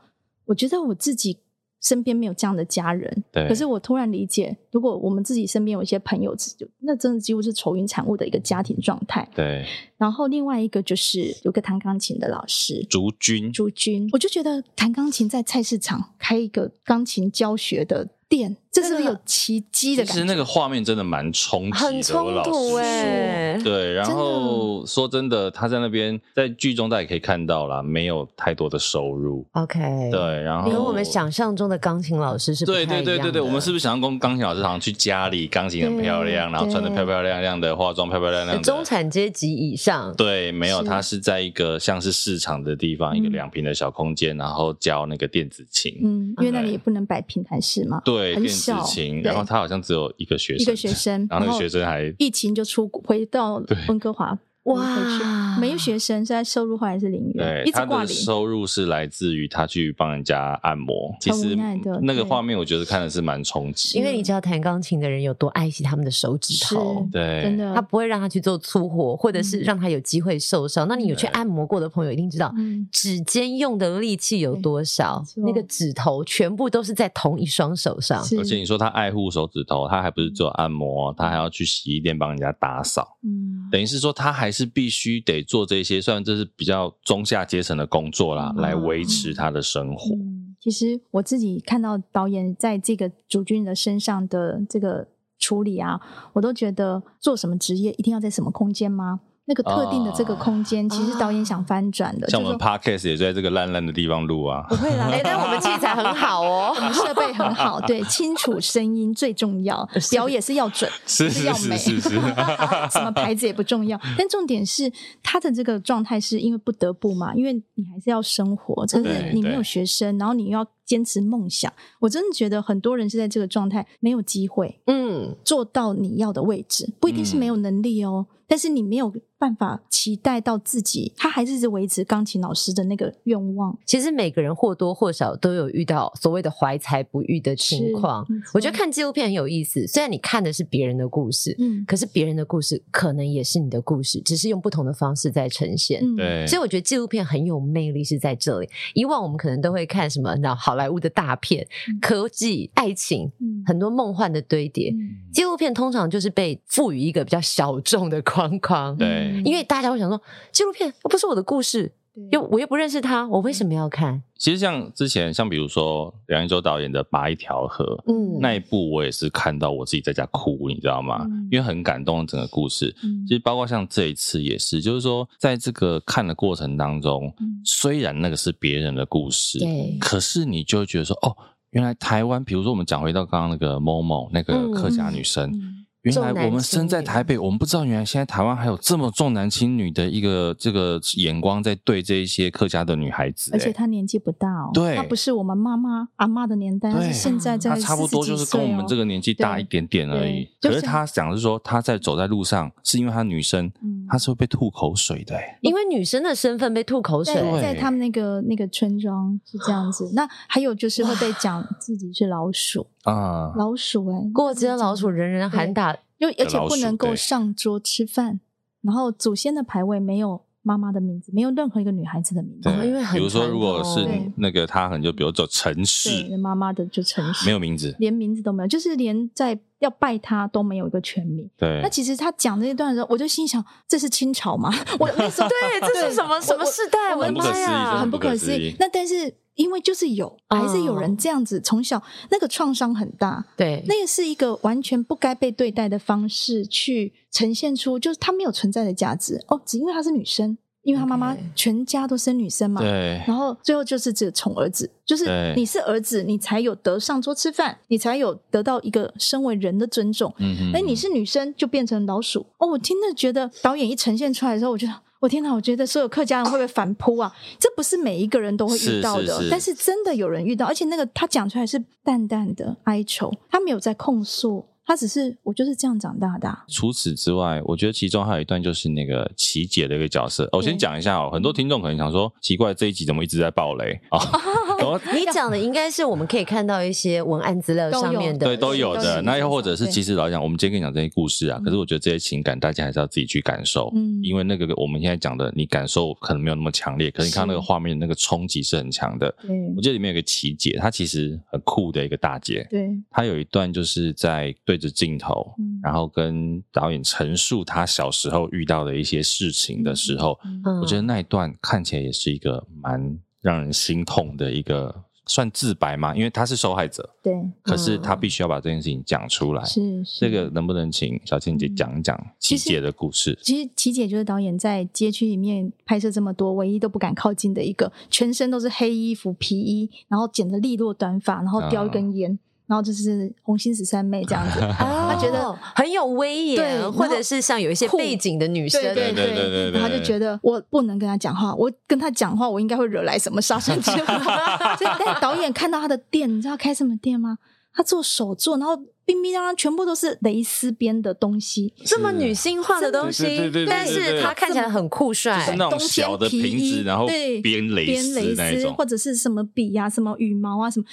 我觉得我自己身边没有这样的家人，
对
可是我突然理解，如果我们自己身边有一些朋友，就那真的几乎是愁云惨雾的一个家庭状态。
对
然后另外一个就是有个弹钢琴的老师，
竹君
朱军，我就觉得弹钢琴在菜市场开一个钢琴教学的店，这是不是有奇迹的
其
感
实
觉？
那个画面真的蛮冲击的，
很
我
冲
老
突
实说
欸
哎、
对，然后说真的，他在那边在剧中大家也可以看到啦，没有太多的收入。
OK，
对，然后
跟我们想象中的钢琴老师是不
对对对对对，我们是不
是
是想要跟钢琴老师好像去家里，钢琴很漂亮，
对
然后穿的
对
漂漂亮亮的，化妆漂漂亮亮的，
中产阶级以上？
对，没有，
是
它是在一个像是市场的地方，一个
嗯
两平的小空间，然后教那个电子琴，
嗯，因为那里也不能摆平弹式嘛，
对，
很
电子
小
琴，
对
然后他好像只有一个学生，
一个学，生，
然后那个学生还
疫情就出国回到
对
温哥华，回
哇
去没有学生，现在收入后来是零元，
对
一直
他
挂
的
零。
收入是来自于他去帮人家按摩，其
很无
实
奈的
那个
对
画面我觉得看的是蛮冲击，
因为你知道弹钢琴的人有多爱惜他们的手指
嗯是嗯
头。
对，
真的，
他不会让他去做粗活，或者是让他有机会受伤。那你有去按摩过的朋友一定知道，
嗯，
指尖用的力气有多少，
对没
那
错
个指头全部都是在同一双手上。
是
而且你说他爱护手指头，他还不是只有按摩，他还要去洗衣店帮人家打扫，
嗯，
等于是说他还是必须得做这些，虽然这是比较中下阶层的工作啦，
嗯
来维持他的生活。
嗯，其实我自己看到导演在这个主君的身上的这个处理啊，我都觉得做什么职业一定要在什么空间吗？那个特定的这个空间，其实导演想翻转的，
啊像
就
我
是
们
说哦
podcast 也在这个烂烂的地方录啊，
不会啦，
哎、但我们器 材很好哦
我。们设备很好， 对，清楚声音最重要，表也是要准，
是
是
是
要美
是 是是，
什么牌子也不重要，但重点是他的这个状态是因为不得不嘛，因为你还是要生活，可
对
是你没有
对
学生，然后你又要坚持梦想，我真的觉得很多人是在这个状态没有机会
嗯，
做到你要的位置，不一定是没有
嗯
能力哦，但是你没有办法期待到自己，他还是一直维持钢琴老师的那个愿望
其实每个人或多或少都有遇到所谓的怀才不遇的情况。，
是没错
我觉得看纪录片很有意思，虽然你看的是别人的故事，
嗯
可是别人的故事可能也是你的故事，只是用不同的方式在呈现。
嗯
对，
所以我觉得纪录片很有魅力是在这里。以往我们可能都会看什么那好莱坞的大片、
嗯
科技、爱情，
嗯
很多梦幻的堆叠。
嗯
纪录片通常就是被赋予一个比较小众的框框，
对
嗯
因为大家会想说，纪录片又不是我的故事，又我又不认识他，我为什么要看？
其实像之前像比如说梁一舟导演的《拔一条河》，
嗯，
那一部我也是看到我自己在家哭，你知道吗？
嗯
因为很感动整个故事。
嗯
其实包括像这一次也是，就是说在这个看的过程当中，
嗯
虽然那个是别人的故事，
对
可是你就会觉得说，哦，原来台湾，比如说我们讲回到刚刚那个某某那个客家女生，
嗯
原
嗯重
来
男
我们
轻
身在
女
台北，我们不知道原来现在台湾还有这么重男轻女的一个这个眼光在对这一些客家的女孩子、
而且
欸
她年纪不大哦，
对
她不是我们妈妈阿妈的年代，
对
是现在在
她差不多就是跟我们这
个，
个年纪大
对
一点点而已。
对就
可是
是
她讲的是说，她在走在路上，是因为她女生，
嗯
她是会被吐口水的、欸。
因为女生的身份被吐口水，
对
在在他们那个那个村庄是这样子。那还有就是会被讲自己是老鼠，
啊，
老鼠哎、
过街老鼠人人喊打，
就而且
老
不
鼠
能够
对
上桌吃饭，然后祖先的牌位没有妈妈的名字，没有任何一个女孩子的名字
对，，
哦因为很
比如说，
传
如果
统
是
对
那个她可能就比如走城
对，
市，
妈妈的就城市
没有名字，
连名字都没有，就是连在要拜他都没有一个全名。
对
那，其实他讲这一段的时候，我就心想，这是清朝吗？我那时候
对，这是什么
我
什么世代？
我
我的
很不
妈
思议
可
真的
呀
啊很
不
不
可
可
思
思
议哦
议。那但是因为就是有，还是有人这样子，从小那个创伤很大，
对，
那个是一个完全不该被对待的方式去呈现出，就是她没有存在的价值哦，只因为她是女生，因为她妈妈
OK
全家都生女生嘛。
对，
然后最后就是只宠儿子，就是
对
你是儿子，你才有得上桌吃饭，你才有得到一个身为人的尊重。
嗯哼
哎，你是女生就变成老鼠哦！我真的觉得导演一呈现出来的时候，我就我天哪！我觉得所有客家人会不会反扑啊？这不是每一个人都会
是
遇到的，
是是
但是真的有人遇到，而且那个他讲出来是淡淡的哀愁，他没有在控诉，他只是我就是这样长大的啊、
除此之外，我觉得其中还有一段就是那个琪姐的一个角色。哦我先
对
讲一下哦，很多听众可能想说，奇怪这一集怎么一直在爆雷啊？然后
你讲的应该是我们可以看到一些文案资料
都
上
有
面的，
对都有
都有
的。
的
那又或者是，
对
其实老实讲，我们今天跟你讲这些故事啊，
嗯
可是我觉得这些情感大家还是要自己去感受，
嗯
因为那个我们现在讲的，你感受可能没有那么强烈，可是你看到那个
是
画面那个冲击是很强的。
对
我记得里面有个琪姐，她其实很酷的一个大姐，
对，
她有一段就是在对着镜头，
嗯
然后跟导演陈述她小时候遇到的一些事情的时候，
嗯
嗯
我觉得那一段看起来也是一个蛮让人心痛的一个算自白嘛，因为她是受害者，
对
可是
嗯
她必须要把这件事情讲出来。
是是
哎这个能不能请小倩姐
嗯
讲一讲琪姐的故事？
其实琪姐就是导演在街区里面拍摄这么多，唯一都不敢靠近的一个，全身都是黑衣服、皮衣，然后剪着利落短发，然后叼
啊
一根烟，然后就是红心十三妹 这样子。
他
觉
哦
得
很有威
对
严，
然后
或者是像有一些
酷
背景的女生，
对对
对对对对
然后她就觉得我不能跟她讲话，我跟她讲话，我应该会惹来什么杀身之 祸。所以，但导演看到她的店，你知道她开什么店吗？她做手作，然后冰冰当当全部都是蕾丝边的东西，
这么女性化的东
对对
西
对对对，
但
对对
是
对
她看起来很酷
就是
帅
那，种
冬天
小的
皮
瓶
衣
子然后
对
编蕾丝
编蕾
那一种
或者是什么笔呀、什么羽毛啊，什么，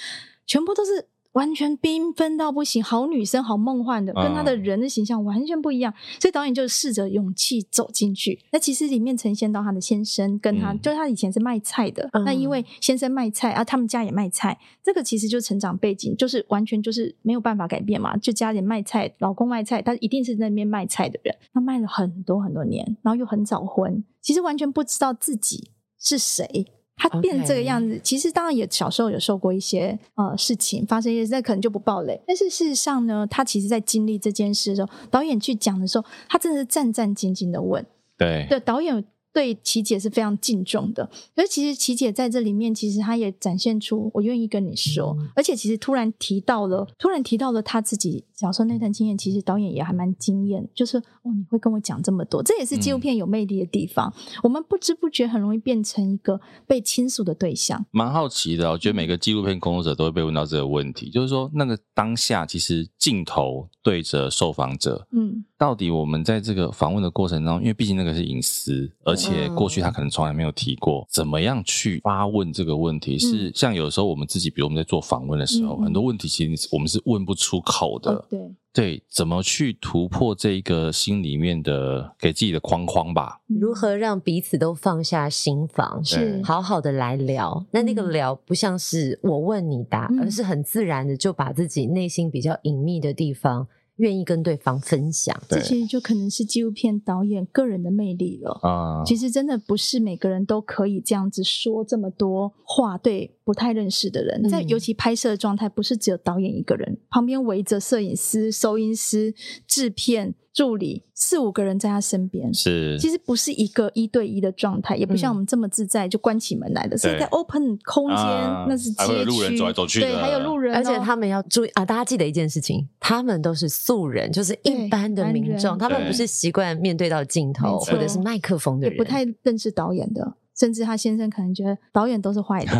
全部都是完全缤纷到不行，好女生，好梦幻的，
嗯
跟她的人的形象完全不一样。所以导演就试着勇气走进去。那其实里面呈现到她的先生跟她，
嗯
就她以前是卖菜的，
嗯
那因为先生卖菜啊，他们家也卖菜，这个其实就成长背景，就是完全就是没有办法改变嘛。就家里卖菜，老公卖菜，他一定是那边卖菜的人。他卖了很多很多年，然后又很早婚，其实完全不知道自己是谁。他
OK
变这个样子其实当然也小时候有受过一些呃事情，发生一些，那可能就不爆雷。但是事实上呢，他其实在经历这件事的时候，导演去讲的时候，他真的是战战兢兢的问，
对
对导演对琪姐是非常敬重的。可是其实琪姐在这里面，其实她也展现出我愿意跟你说，
嗯
而且其实突然提到了，突然提到了她自己小时候那段经验，其实导演也还蛮惊艳，就是哦，你会跟我讲这么多，这也是纪录
嗯
片有魅力的地方。我们不知不觉很容易变成一个被倾诉的对象。
蛮好奇的哦，我觉得
嗯
每个纪录片工作者都会被问到这个问题，就是说那个当下，其实镜头对着受访者，
嗯，
到底我们在这个访问的过程中，因为毕竟那个是隐私，而且
嗯
过去他可能从来没有提过，怎么样去发问这个问题，是像有时候我们自己，比如我们在做访问的时候，
嗯嗯嗯
很多问题其实我们是问不出口的，
呃
哦，对，
对，怎么去突破这一个心里面的给自己的框框吧，
嗯
如何让彼此都放下心房，
是
好好的来聊。那那个
嗯
聊不像是我问你答，
嗯
而是很自然的就把自己内心比较隐秘的地方，愿意跟对方分享。
这其实就可能是纪录片导演个人的魅力了。
啊、
其实真的不是每个人都可以这样子说这么多话对不太认识的人，
嗯
在尤其拍摄的状态，不是只有导演一个人，旁边围着摄影师、收音师、制片、助理四五个人在他身边，
是嗯
其实 不是一个一对一的状态，也不像我们这么自在就关起门来的，是
对
在 open 空间，
啊
那是街
还会有
区，
路人走来走去的
对，还有路人哦、
而且他们要注意啊！大家记得一件事情，他们都是素人，就是一般的民众，
对
他们不是习惯面对到镜头
没
或
错
者是麦克风的
也
人，
不太认识导演的，甚至他先生可能觉得导演都是坏的。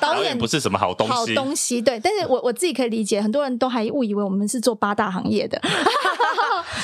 导演
不是什么好东
好
西，
东西，对，但是我我自己可以理解，很多人都还误以为我们是做八大行业的，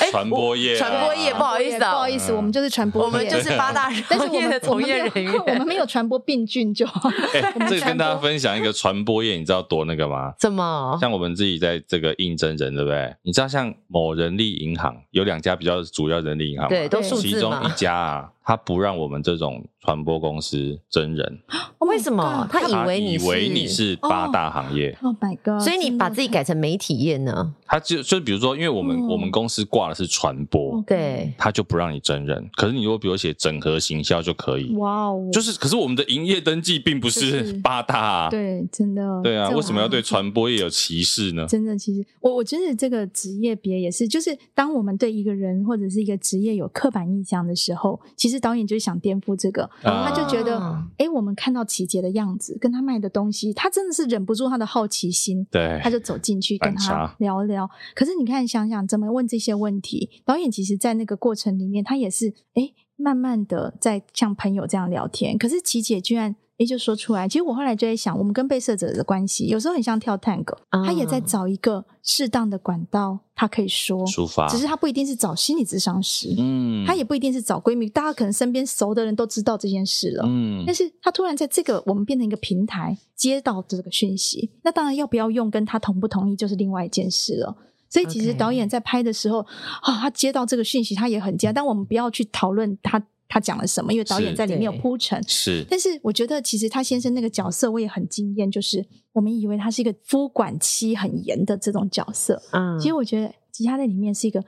哎
传播业啊嗯
我传播业不好意思
不
啊
好，意思，我们就是传播业，
我们就是八大
但是
行
我
业
们
的从业人
我们没有我们
员，
没有传播病菌就好。
哎、
我们
这个
传
跟大家
播
分享一个传播业，你知道多那个吗？
怎么？
像我们自己在这个应征人，对不对？你知道像某人力银行有两家比较主要人力银行嘛，
对，都数
其
字
中一
嘛？
家啊，他不让我们这种传播公司真人，
为什么？他以
他
为你
以为你
是，哦
是八大行业，
？Oh my god！
所以你把自己改成媒体业呢？
他就就比如说，因为我们、
哦
我们公司挂的是传播，
哦
对，
他就不让你真人，可是你如果比如写整合行销就可
嗯
以，
哇哦，
就是是可是我们的营业登记并不是
就是
八大、啊，
对，真的
对啊，
哦这种
为什么要对传播业有歧视呢？
真的，其实我我觉得这个职业别也是，就是当我们对一个人或者是一个职业有刻板印象的时候，其实导演就是想颠覆这个，
啊
他就觉得，
啊
哎、我们看到琪姐的样子，跟他卖的东西，他真的是忍不住他的好奇心，
对，
他就走进去跟
反差
他聊一聊。可是你看，想想怎么问这些问题，导演其实在那个过程里面，他也是哎、诶慢慢的在像朋友这样聊天。可是琪姐居然。哎，就说出来。其实我后来就在想，我们跟被摄者的关系有时候很像跳探戈，
啊
他也在找一个适当的管道，他可以说，
抒发，
只是他不一定是找心理咨商师，
嗯，
他也不一定是找闺蜜，大家可能身边熟的人都知道这件事了。
嗯
但是他突然在这个我们变成一个平台，接到这个讯息，那当然要不要用，跟他同不同意就是另外一件事了。所以其实
OK
导演在拍的时候啊，他接到这个讯息，他也很惊讶。但我们不要去讨论他他讲了什么，因为导演
是
在里面有
对
铺陈。
是
但是我觉得，其实他先生那个角色，我也很惊艳，就是我们以为他是一个夫管妻很严的这种角色，
嗯
其实我觉得吉他在里面是一个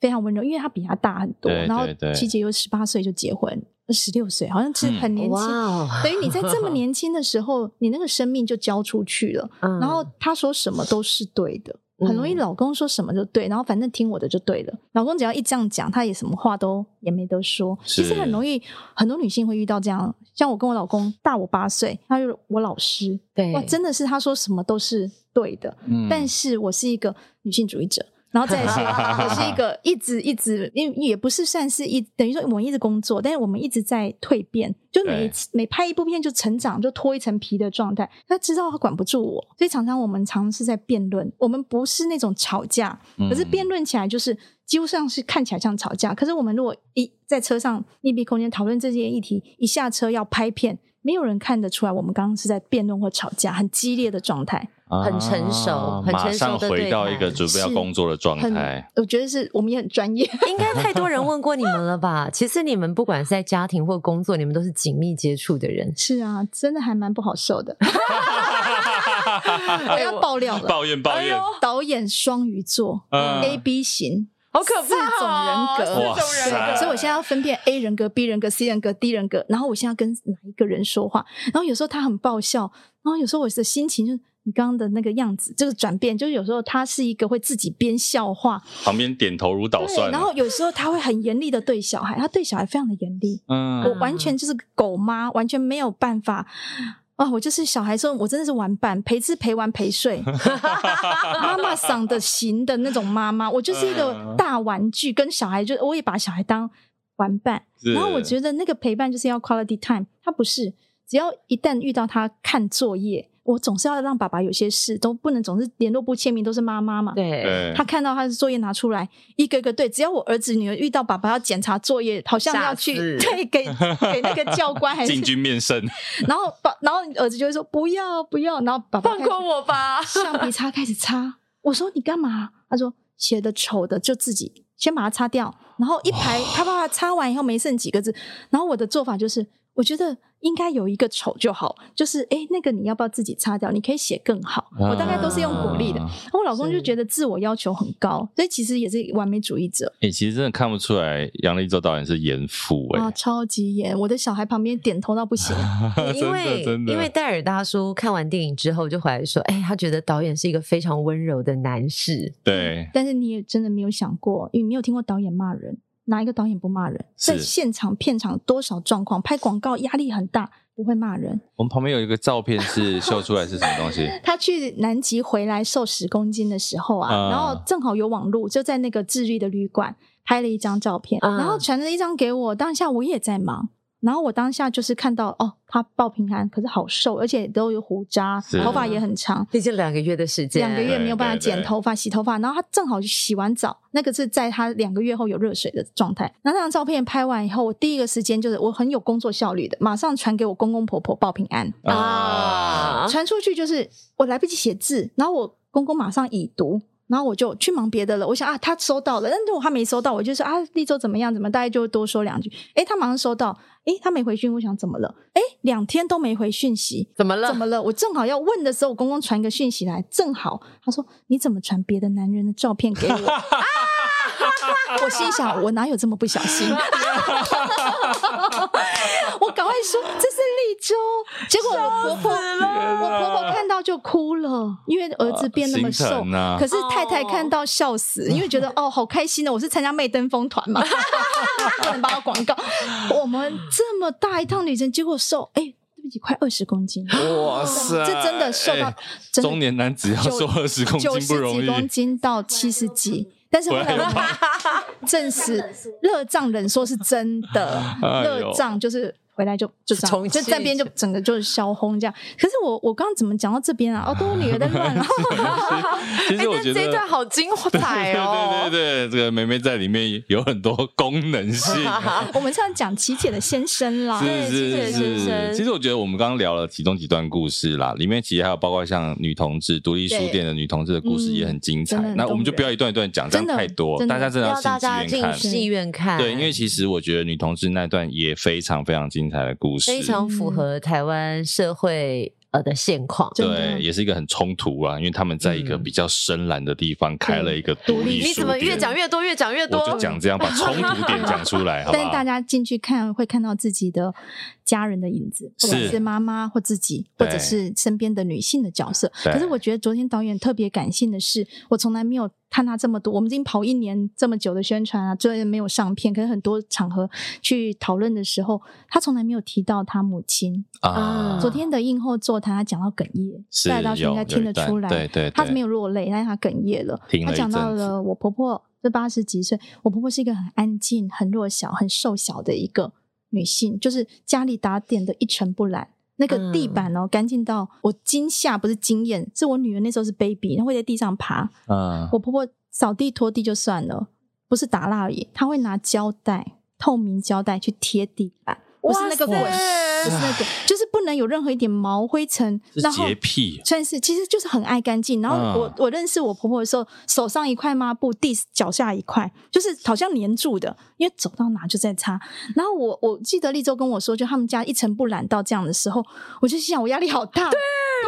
非常温柔，因为他比他大很多，
对
然后
对嗯对
琪姐又十八岁就结婚，十六岁好像是很年轻。
哦
等于你在 这么年轻的时候，你那个生命就交出去了。
嗯
然后他说什么都是对的，很容易
嗯
老公说什么就对，然后反正听我的就对了。老公只要一这样讲，他也什么话都也没得说。其实
是
很容易，很多女性会遇到这样。像我跟我老公大我八岁，他就是我老师，
对
哇，真的是他说什么都是对的。
嗯
但是我是一个女性主义者，然后再来是我是一个一直一直，因为也不是算是一等于说我们一直工作，但是我们一直在蜕变，就每一次每拍一部片就成长，就脱一层皮的状态。他知道他管不住我，所以常常我们常是在辩论，我们不是那种吵架，
嗯
可是辩论起来就是。几乎上是看起来像吵架，可是我们如果一在车上密闭空间讨论这些议题，一下车要拍片，没有人看得出来我们刚刚是在辩论或吵架，很激烈的状态。
很成熟
啊
很成
马
熟
上
的
回
对
到
待
一个准备要
是
工作的状
很
态，，
我觉得是我们也很专业，
应该太多人问过你们了吧？其实你们不管是在家庭或工作，你们都是紧密接触的人。
是啊，真的还蛮不好受的。我要爆料了，
抱怨抱怨，
导演双鱼座
嗯
，A B 型，
好哦
四种人格，
哇塞
对所以我现在要分辨 A 人格、B 人格、C 人格、D 人格，然后我现在要跟哪一个人说话，然后有时候他很爆笑，然后有时候我的心情就是。你刚刚的那个样子，这个转变，就是有时候他是一个会自己编笑话，
旁边点头如捣蒜
对，
啊，
然后有时候他会很严厉的对小孩，他对小孩非常的严厉，我
嗯
完全就是个狗妈，完全没有办法。啊！我就是小孩时候，我真的是玩伴，陪吃、陪玩、陪 睡，妈妈赏的行的那种妈妈，我就是一个
嗯
大玩具，跟小孩就我也把小孩当玩伴。
是
然后我觉得那个陪伴就是要 quality time，他不是只要一旦遇到他看作业，我总是要让爸爸有些事都不能总是联络簿签名都是妈妈嘛。
对，
对
他看到他的作业拿出来，一个一个对。只要我儿子女儿遇到爸爸要检查作业，好像要去
吓死
对 给给那个教官还是
进，军面圣，
然后爸然后儿子就会说不要不要，然后爸爸
放过我吧
开。始，橡皮擦开始擦。我说你干嘛？他说写的丑的就自己先把它擦掉，然后一排啪啪啪擦完以后没剩几个字，然后我的做法就是我觉得。应该有一个丑就好，就是哎，那个你要不要自己擦掉？你可以写更好。 我大概都是用鼓励的。
啊
我老公就是觉得自我要求很高，所以其实也是完美主义者
哎、其实真的看不出来杨立洲导演是严父哎、
啊，超级严。我的小孩旁边点头到不行，
啊 欸
因
真
为
的真的，
因为戴尔大叔看完电影之后就回来说，哎，他觉得导演是一个非常温柔的男士，
对
但是你也真的没有想过，你没有听过导演骂人，哪一个导演不骂人？
是
在现场片场多少状况，拍广告压力很大，不会骂人。
我们旁边有一个照片是秀出来是什么东 西？
他去南极回来瘦十公斤的时候啊，
啊
然后正好有网路，就在那个智利的旅馆拍了一张照片，
啊
然后传了一张给我。当下我也在忙，然后我当下就是看到哦，他报平安，可是好瘦，而且都有胡渣
是，
头发也很长。
毕竟两个月的时间，
两个月没有办法
对对
剪
对
头发、洗头发，然后他正好洗完澡，那个是在他两个月后有热水的状态。然后那张照片拍完以后，我第一个时间就是我很有工作效率的，马上传给我公公婆婆报平安，
啊，
传出去就是我来不及写字，然后我公公马上已读。然后我就去忙别的了，我想啊，他收到了，但如果他没收到，我就说啊，立州怎么样，怎么，大概就多说两句。诶，他马上收到，诶，他没回讯，我想怎么了？诶，两天都没回讯息，
怎么了
怎？么了？我正好要问的时候，我公公传个讯息来，正好他说你怎么传别的男人的照片给我？ 啊我心想，我哪有这么不小心？ 我赶快说这是立州，结果我婆婆，我婆婆看到就哭了，因为儿子变那么
啊
瘦
心疼啊。
可是太太看到笑死，因为觉得哦好开心哦，我是参加妹登峰团嘛， 不能把我广告。我们这么大一趟旅程，结果瘦哎，对不起，快二十公斤。
哇塞
这真的瘦到
哎
真的
中年男子要
九
瘦二十公
九
斤
十
不容
几
易，
公斤到七十几，但是后来
回来
我们证实热胀冷缩是真的，
哎呦
热胀就是。回来就就这样，
重
就
启
这边就整个就是消轰这样。可是我我刚刚怎么讲到这边啊？ 哦，都是我女儿在 乱了。
其
哎
实我
但
觉
这一
得。
段好精彩 哦
对对，对对，这个梅梅在里面有很多功能 性，
我们是要讲琪姐的先生啦，
是是
对谢谢先生
是。其实我觉得我们刚刚聊了其中几段故事啦，里面其实还有包括像女同志独立书店的女同志的故事
嗯
也很精彩
真的。很
那我们就
动人
不要一段一段讲，这样
真的
太多，
真的
大家真的
要大家
要进戏
进
院看。
戏院看，
对，因为其实我觉得女同志那段也非常非常精彩的故事，
非常符合台湾社会呃的现况。
真的啊
对，也是一个很冲突啊，因为他们在一个
嗯
比较深蓝的地方开了一个独立书店。
你怎么越讲越多，越讲越多
我？就讲这样，把冲突点讲出来，好不
但是
好？
大家进去看会看到自己的家人的影子，不管
是
是妈妈或自己，或
对
者是身边的女性的角色。
对
可是我觉得昨天导演特别感性的是，我从来没有看他这么多，我们已经跑一年这么久的宣传啊，虽然没有上片，可是很多场合去讨论的时候，他从来没有提到他母亲。
啊
昨天的映后座谈，他讲到哽咽，
是
戴大叔
有
应该听
有
得
一段
出来，
对对对
他是没有落泪，但是他哽咽了。
停了
他
一
讲到
阵子
了我婆婆，这八十几岁，我婆婆是一个很安静、很弱小、很瘦小的一个女性，就是家里打点的一尘不染。那个地板
嗯
哦，干净到我惊吓，不是惊艳，是我女儿那时候是 baby，她会在地上爬。
啊
我婆婆扫地拖地就算了，不是打蜡而已，她会拿胶带，透明胶带去贴地板，不是那个滚，
哇塞
不是那个，就是不能有任何一点毛灰尘，
是
然后
洁癖，
算是，其实就是很爱干净。然后
嗯
我、我认识我婆婆的时候，手上一块抹布，地脚下一块，就是好像粘住的，因为走到哪就在擦。然后我我记得立州跟我说，就他们家一尘不染到这样的时候，我就心想我压力 好大。对，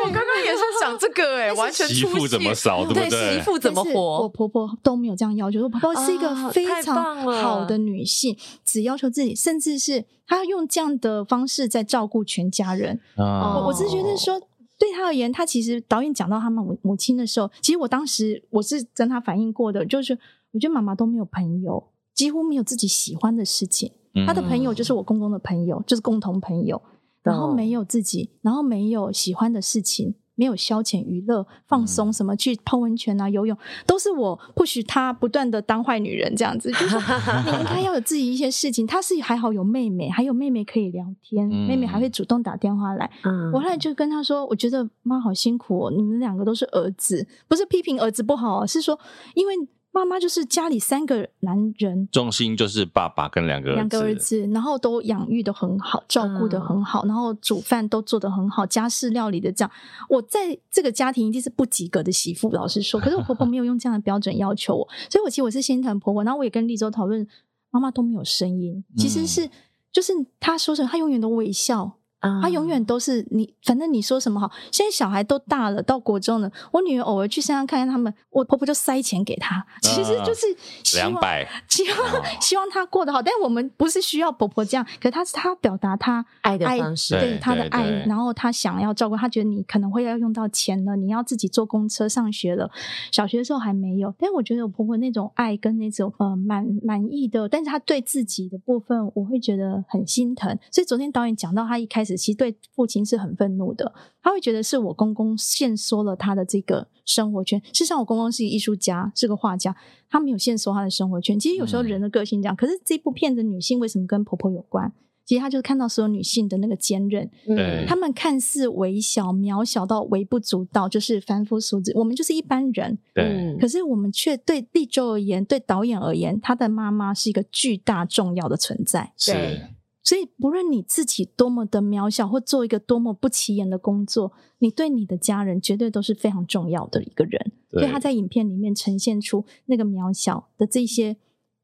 我刚刚也是讲这个 哎、完全
媳
出
妇
戏
怎么扫，对
对
不对
媳？妇怎么
我
活？
婆婆都没有这样要求，我婆婆是一
啊
个非
太
常
棒了
好的女性，只要求自己，甚至是她用这样的方式在照顾全家人。
啊
我我是觉得说，对他而言，他其实导演讲到他们母母亲的时候，其实我当时我是跟他反映过的，就是我觉得妈妈都没有朋友，几乎没有自己喜欢的事情。他的朋友就是我公公的朋友，就是共同朋友，然后
懂
没有自己，然后没有喜欢的事情，没有消遣娱乐、放松，什么去泡温泉啊、游泳，都是我不许他不断的当坏女人这样子，就是你应该要有自己一些事情。他是还好有妹妹，还有妹妹可以聊天，
嗯
妹妹还会主动打电话来。
嗯
我后来就跟他说，我觉得妈好辛苦哦，你们两个都是儿子，不是批评儿子不好、哦，是说因为妈妈就是家里三个男人，
重心就是爸爸跟两个
两个儿，子，嗯然后都养育的很好，照顾的很好，然后煮饭都做的很好，家事料理的这样。我在这个家庭一定是不及格的媳妇，老实说。可是我婆婆没有用这样的标准要求我，所以我其实我是心疼婆婆。然后我也跟立州讨嗯论，妈妈都没有声音，其实是、就是她说什么，她永远都微笑。
啊
他永
嗯
远都是你，反正你说什么好。现在小孩都大了，到国中了，我女儿偶尔去山上看看他们，我婆婆就塞钱给她，其实就是希望
嗯两百，哦
希望希望她过得好。但我们不是需要婆婆这样，可是她是她表达她
爱的方式。
对
对她的爱
对，
然后她想要照顾，她觉得你可能会要用到钱了，你要自己坐公车上学了。小学的时候还没有，但我觉得我婆婆那种爱跟那种呃满满意的，但是她对自己的部分，我会觉得很心疼。所以昨天导演讲到，他一开始其实对父亲是很愤怒的，他会觉得是我公公限缩了他的这个生活圈。事实上，我公公是艺术家，是个画家，他没有限缩他的生活圈。其实有时
嗯
候人的个性这样，可是这部片的女性为什么跟婆婆有关？其实他就是看到所有女性的那个坚韧，
嗯
对
他们看似微小、渺小到微不足道，就是凡夫俗子。我们就是一般人，
嗯
对，
可是我们却对立州而言，对导演而言，他的妈妈是一个巨大重要的存在。
是
对，
所以，不论你自己多么的渺小，或做一个多么不起眼的工作，你对你的家人绝对都是非常重要的一个人。所以他在影片里面呈现出那个渺小的这些，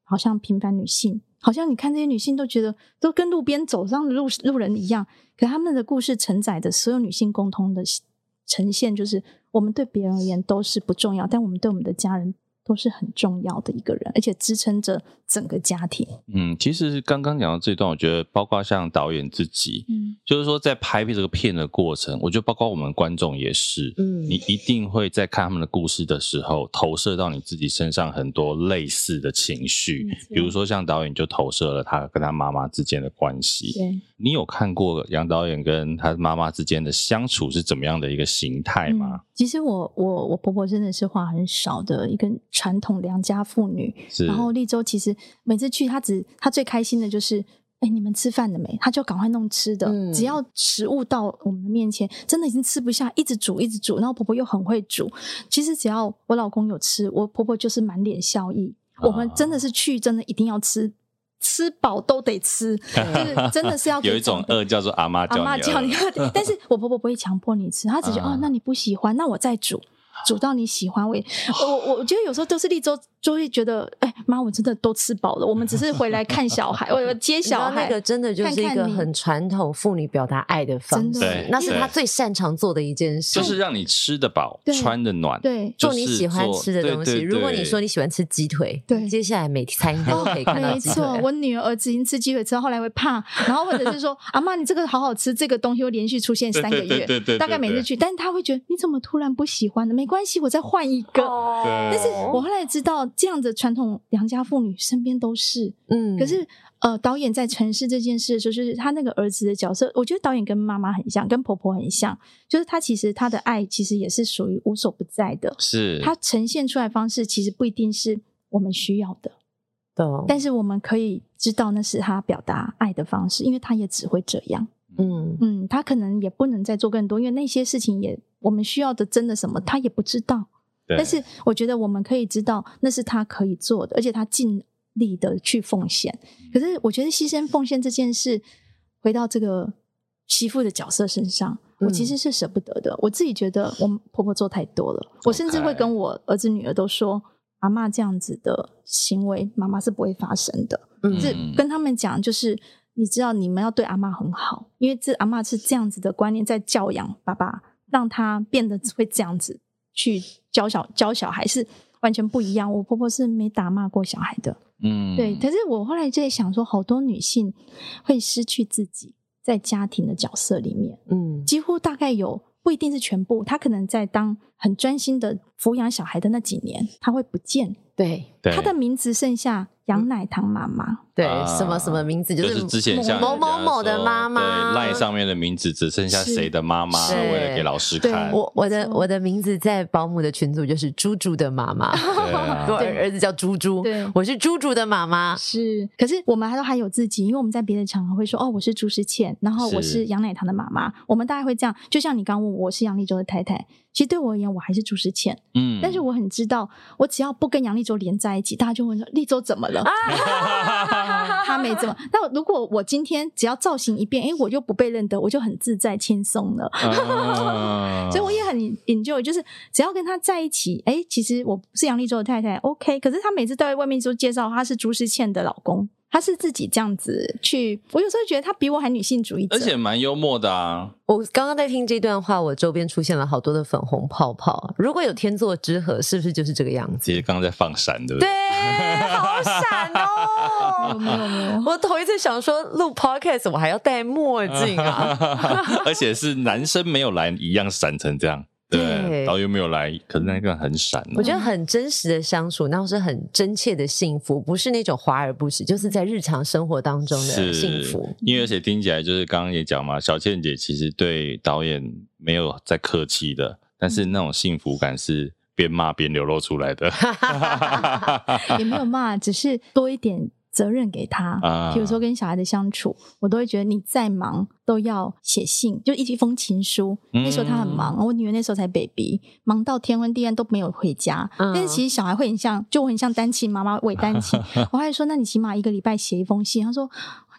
好像平凡女性，好像你看这些女性都觉得都跟路边走上的路路人一样，可他们的故事承载着所有女性共通的呈现，就是我们对别人而言都是不重要，但我们对我们的家人都是很重要的一个人，而且支撑着整个家庭。
嗯，其实刚刚讲到这段，我觉得包括像导演自己，
嗯
就是说在拍这个片的过程，我觉得包括我们观众也是，
嗯
你一定会在看他们的故事的时候，投射到你自己身上很多类似的情绪
没错，
比如说像导演就投射了他跟他妈妈之间的关系。
对，
你有看过杨导演跟他妈妈之间的相处是怎么样的一个形态吗？
嗯其实我我我婆婆真的是话很少的一个传统良家妇女，
是，
嗯 然后立州其实每次去，他只他最开心的就是，哎，你们吃饭了没？他就赶快弄吃的，
嗯
只要食物到我们的面前，真的已经吃不下，一直煮一直煮。然后婆婆又很会煮，其实只要我老公有吃，我婆婆就是满脸笑意。我们真
啊
的是去，真的一定要吃，吃饱都得吃，就是真的 是要给
有一种
长辈
饿叫做阿妈
阿
啊叫
妈
你
叫你
饿，
喝， 对但是我婆婆不会强迫你吃，她只是
啊
哦，那你不喜欢，那我再煮，煮到你喜欢为止。我我我觉得有时候都是立州就会觉得，哎妈，我真的都吃饱了，我们只是回来看小孩， 我接
你知
小
道那
孩。
个真的就是一
看
个
看你
很传统妇女表达爱的方
真
式
的
对，
那是
对
她最擅长做的一件事。
就是让你吃得饱
对、
穿得暖，
对
就
做你
是
喜欢吃的
做
东
对
西。
对
如果你
对
说你喜欢吃鸡腿，
对
接下来每餐应该都 可以看到
哦没
鸡腿。
错，我女儿儿子已经吃鸡腿吃，后来会怕，然后或者是说，阿妈你这个好好吃，这个东西会连续出现三个
对对对对对
月，大概每
对
日去，但是她会觉得你怎么突然不喜欢了？没关系，我再换一个。
但
但是我后来知道，这样的传统良家妇女身边都是，
嗯，
可是呃，导演在诠释这件事的时候，就是他那个儿子的角色，我觉得导演跟妈妈很像，跟婆婆很像，就是他其实他的爱其实也是属于无所不在的，
是
他呈现出来的方式其实不一定是我们需要的，
懂，
但是我们可以知道那是他表达爱的方式，因为他也只会这样。
嗯
嗯，他可能也不能再做更多，因为那些事情也我们需要的真的什么，他也不知道。
对
但是我觉得我们可以知道那是他可以做的，而且他尽力的去奉献。可是我觉得牺牲奉献这件事，回到这个媳妇的角色身上，我其
嗯
实是舍不得的。我自己觉得我们婆婆做太多了，我甚至会
OK
跟我儿子女儿都说。阿妈这样子的行为，妈妈是不会发生的。
嗯
是跟他们讲，就是你知道你们要对阿妈很好，因为这阿妈是这样子的观念在教养爸爸，让他变得会这样子去教小教小孩是完全不一样。我婆婆是没打骂过小孩的，
嗯
对。可是我后来就在想说，好多女性会失去自己在家庭的角色里面，
嗯
几乎大概有。不一定是全部，她可能在当很专心的抚养小孩的那几年，她会不见，
对
对
她的名字剩下杨乃堂妈妈。
对
啊，
什么什么名字
就是之前像
某
人家
某某的
说
妈
对
妈，
赖上面的名字只剩下
是
谁的妈妈，
是
为了给老师
对
看。
我我的
没错
我的名字在保姆的群组就是猪猪的妈妈，
对啊
我儿儿子叫猪猪
对，
我是猪猪的妈妈，
是，可是我们还都还有自己，因为我们在别的场合会说，哦，我是朱时倩，然后我
是
是杨乃堂的妈妈，我们大概会这样。就像你刚问我，我是杨立洲的太太，其实对我而言，我还是朱时倩，
嗯
但 是我很知道，我只要不跟杨立洲连在一起，大家就问说立洲怎么
啊
了？她没怎么。那如果我今天只要造型一变，哎，我就不被认得，我就很自在轻松了。
啊
所以我也很 enjoy，就是只要跟他在一起，哎、其实我不是杨立洲的太太，OK。可是他每次都在外面就介绍他是朱时倩的老公，她是自己这样子去，我有时候觉得她比我还女性主义者，
而且蛮幽默的啊。
我刚刚在听这段话，我周边出现了好多的粉红泡泡。如果有天作之合，是不是就是这个样子？
其实刚刚在放闪，对不
对
对？，
好闪
没有没有
哦！
没有，
我头一次想说录 podcast，我还要戴墨镜 啊。
而且是男生没有来，一样闪成这样。
对
对，导游没有来，可是那个很闪哦
我。觉得很真实的相处，那是很真切的幸福，不是那种华而不实，就是在日常生活当中的
是
幸福。
因为而且听起来就是刚刚也讲嘛，小倩姐其实对导演没有在客气的，但
嗯
是那种幸福感是边骂边流露出来 的。
也没有骂，只是多一点责任给他
啊。
比如说跟小孩的相处，我都会觉得你再忙都要写信，就一封情书。
嗯
那时候他很忙，我女儿那时候才 baby，忙到天昏地暗都没有回家。
嗯
但是其实小孩会很像，就我很像单亲妈妈伪单 亲。我还说，那你起码一个礼拜写一封信。他说。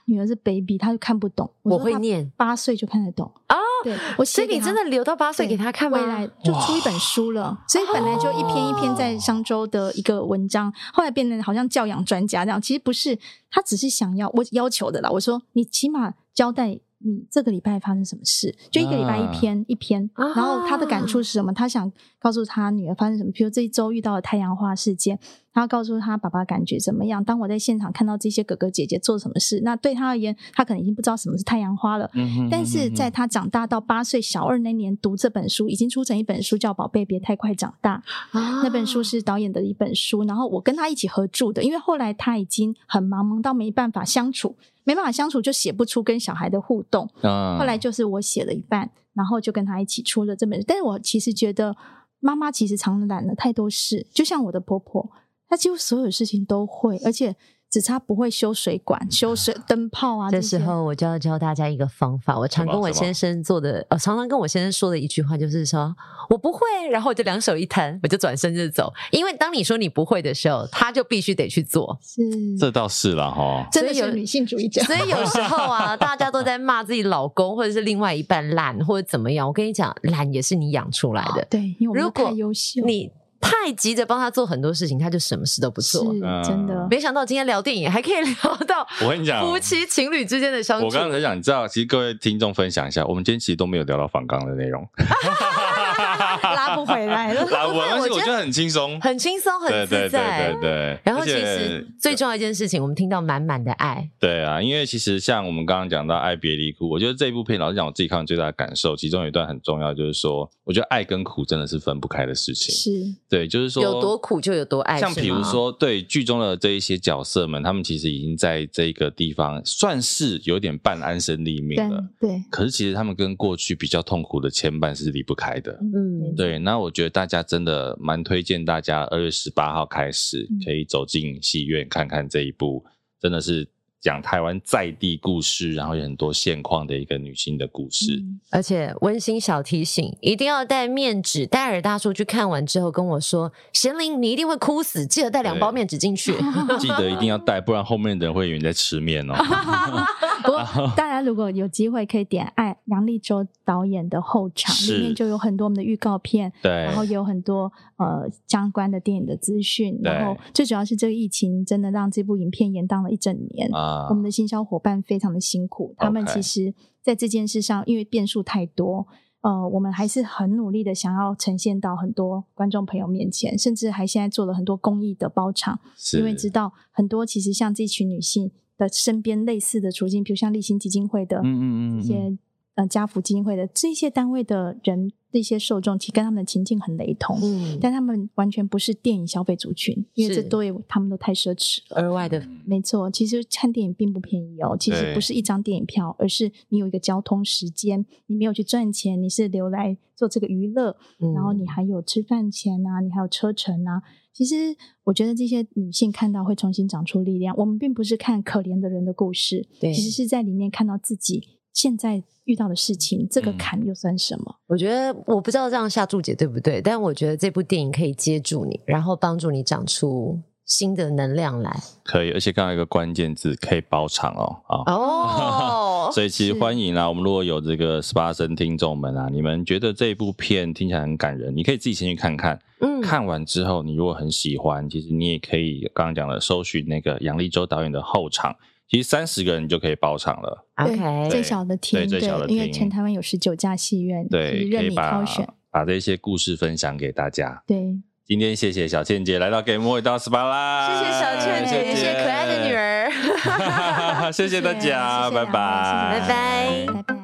女儿是 baby，他就看不懂。
我
说
会
她
念
八岁就看得懂
嗯哦
对，我
所
写
以你
给她
真的留到八岁给他看吗
未？来就出一本书了，所以本来就一篇一篇
哦
在商周的一个文章，后来变得好像教养专家这样。其实不是，他只是想要我要求的啦。我说你起码交代你这个礼拜发生什么事，就一个礼拜一篇、一篇。
啊
然后他的感触是什么？他想告诉他女儿发生什么，比如这一周遇到了太阳花事件，他要告诉他爸爸感觉怎么样。当我在现场看到这些哥哥姐姐做什么事，那对他而言，他可能已经不知道什么是太阳花了。
嗯哼
但是在
嗯
他长大到八岁小二那年读这本书，已经出成一本书叫《宝贝别太快长大》。
啊
那本书是导演的一本书，然后我跟他一起合著的，因为后来他已经很忙，忙到没办法相处，没办法相处就写不出跟小孩的互动。
哼嗯
啊
后来就是我写了一半，然后就跟他一起出了这本书。但是我其实觉得妈妈其实常常揽了太多事，就像我的婆婆，她几乎所有事情都会，而且只差不会修水管、修水灯泡啊。
这
这
时
些
候我就要教大家一个方法。我常
什么
跟我
什么
先生做的，呃，常常跟我先生说的一句话就是说，我不会，然后我就两手一摊，我就转身就走。因为当你说你不会的时候，他就必须得去做。
是
这倒是啦哈。
真的
所以有
是女性主义者。
所以有时候啊，大家都在骂自己老公或者是另外一半懒或者怎么样。我跟你讲，懒也是你养出来的。
对，因为我们
如
都
果
太优秀，
你太急着帮他做很多事情，他就什么事都不
是
做。
真的
嗯。
没想到今天聊电影还可以聊到
我跟你讲，
夫妻情侣之间的相处。
我刚才想，你知道，其实各位听众分享一下，我们今天其实都没有聊到反纲的内 容，
拉不回来了
拉 不回来，而且
我
我
觉
觉得
得
很轻松，
很轻松，很
对
自
对
在
对。对对。
然后
而
其
且
实最重要一件事情，我们听到满满的爱，
对啊，因为其实像我们刚刚讲到《爱别离哭》，我觉得这部片老实讲，我自己看完最大的感受，其中有一段很重要，就是说，我觉得爱跟苦真的是分不开的事情。
是
对，就是说
有多苦就有多爱
像
是
比如
吗
说，对剧中的这一些角色们，他们其实已经在这个地方算是有点半安身立命
对
了。
对，
可是其实他们跟过去比较痛苦的牵绊是离不开的。
嗯，
对，那我觉得大家真的蛮推荐大家二月十八号开始
嗯
可以走进戏院看看这一部，真的是讲台湾在地故事，然后有很多现况的一个女性的故事。
嗯
而且温馨小提醒，一定要带面纸。戴尔大叔去看完之后跟我说：“贤玲，你一定会哭死，记得带两包面纸进 去。
嗯
记得一定要带，不然后面的人会以为你在吃 面哦。
不过大家如果有机会可以点爱杨立洲导演的后场，
是
里面就有很多我们的预告片，
对，
然后也有很多呃相关的电影的资讯，
对
然后最主要是这个疫情真的让这部影片延宕了一整年，
啊
我，们的行销伙伴非常的辛苦，他们
OK
其实在这件事上，因为变数太多，呃，我们还是很努力的想要呈现到很多观众朋友面前，甚至还现在做了很多公益的包场，
是
因为知道很多其实像这群女性的身边类似的处境，比如像立新基金会的
嗯嗯嗯嗯，
这些呃家福基金会的这些单位的人，这些受众其实跟他们的情境很雷同”，
嗯，
但他们完全不是电影消费族群，因为
是
这对他们都太奢侈了。
额外的
没错，其实看电影并不便宜哦，其实
对
不是一张电影票，而是你有一个交通时间，你没有去赚钱，你是留来做这个娱乐，
嗯
然后你还有吃饭钱啊，你还有车程啊。其实我觉得这些女性看到会重新长出力量。我们并不是看可怜的人的故事，
对
其实是在里面看到自己现在遇到的事情，这个
嗯
坎又算什么？
我觉得我不知道这样下注解对不对，但我觉得这部电影可以接住你，然后帮助你长出新的能量来。
可以。而且刚刚有一个关键字，可以包场哦啊。
哦，哦。
所以其实
是
欢迎啦，我们如果有这个十八生听众们啊，你们觉得这一部片听起来很感人，你可以自己先去看看。
嗯，
看完之后，你如果很喜欢，其实你也可以刚刚讲的搜寻那个杨立洲导演的后场，其实三十个人你就可以包场了。
对，
OK，
最小的厅，
对最小的
因为
厅
全台湾有十九家戏院，
对，
是
可
任
以
你
把
挑选。
把这些故事分享给大家。
对，
今天谢谢小倩姐来到《给莫一刀 SPA》啦，
谢谢小倩姐，谢谢可爱的女，儿。
谢谢大家，
谢谢啊
拜
两位谢
拜，
谢两位
拜拜
拜拜。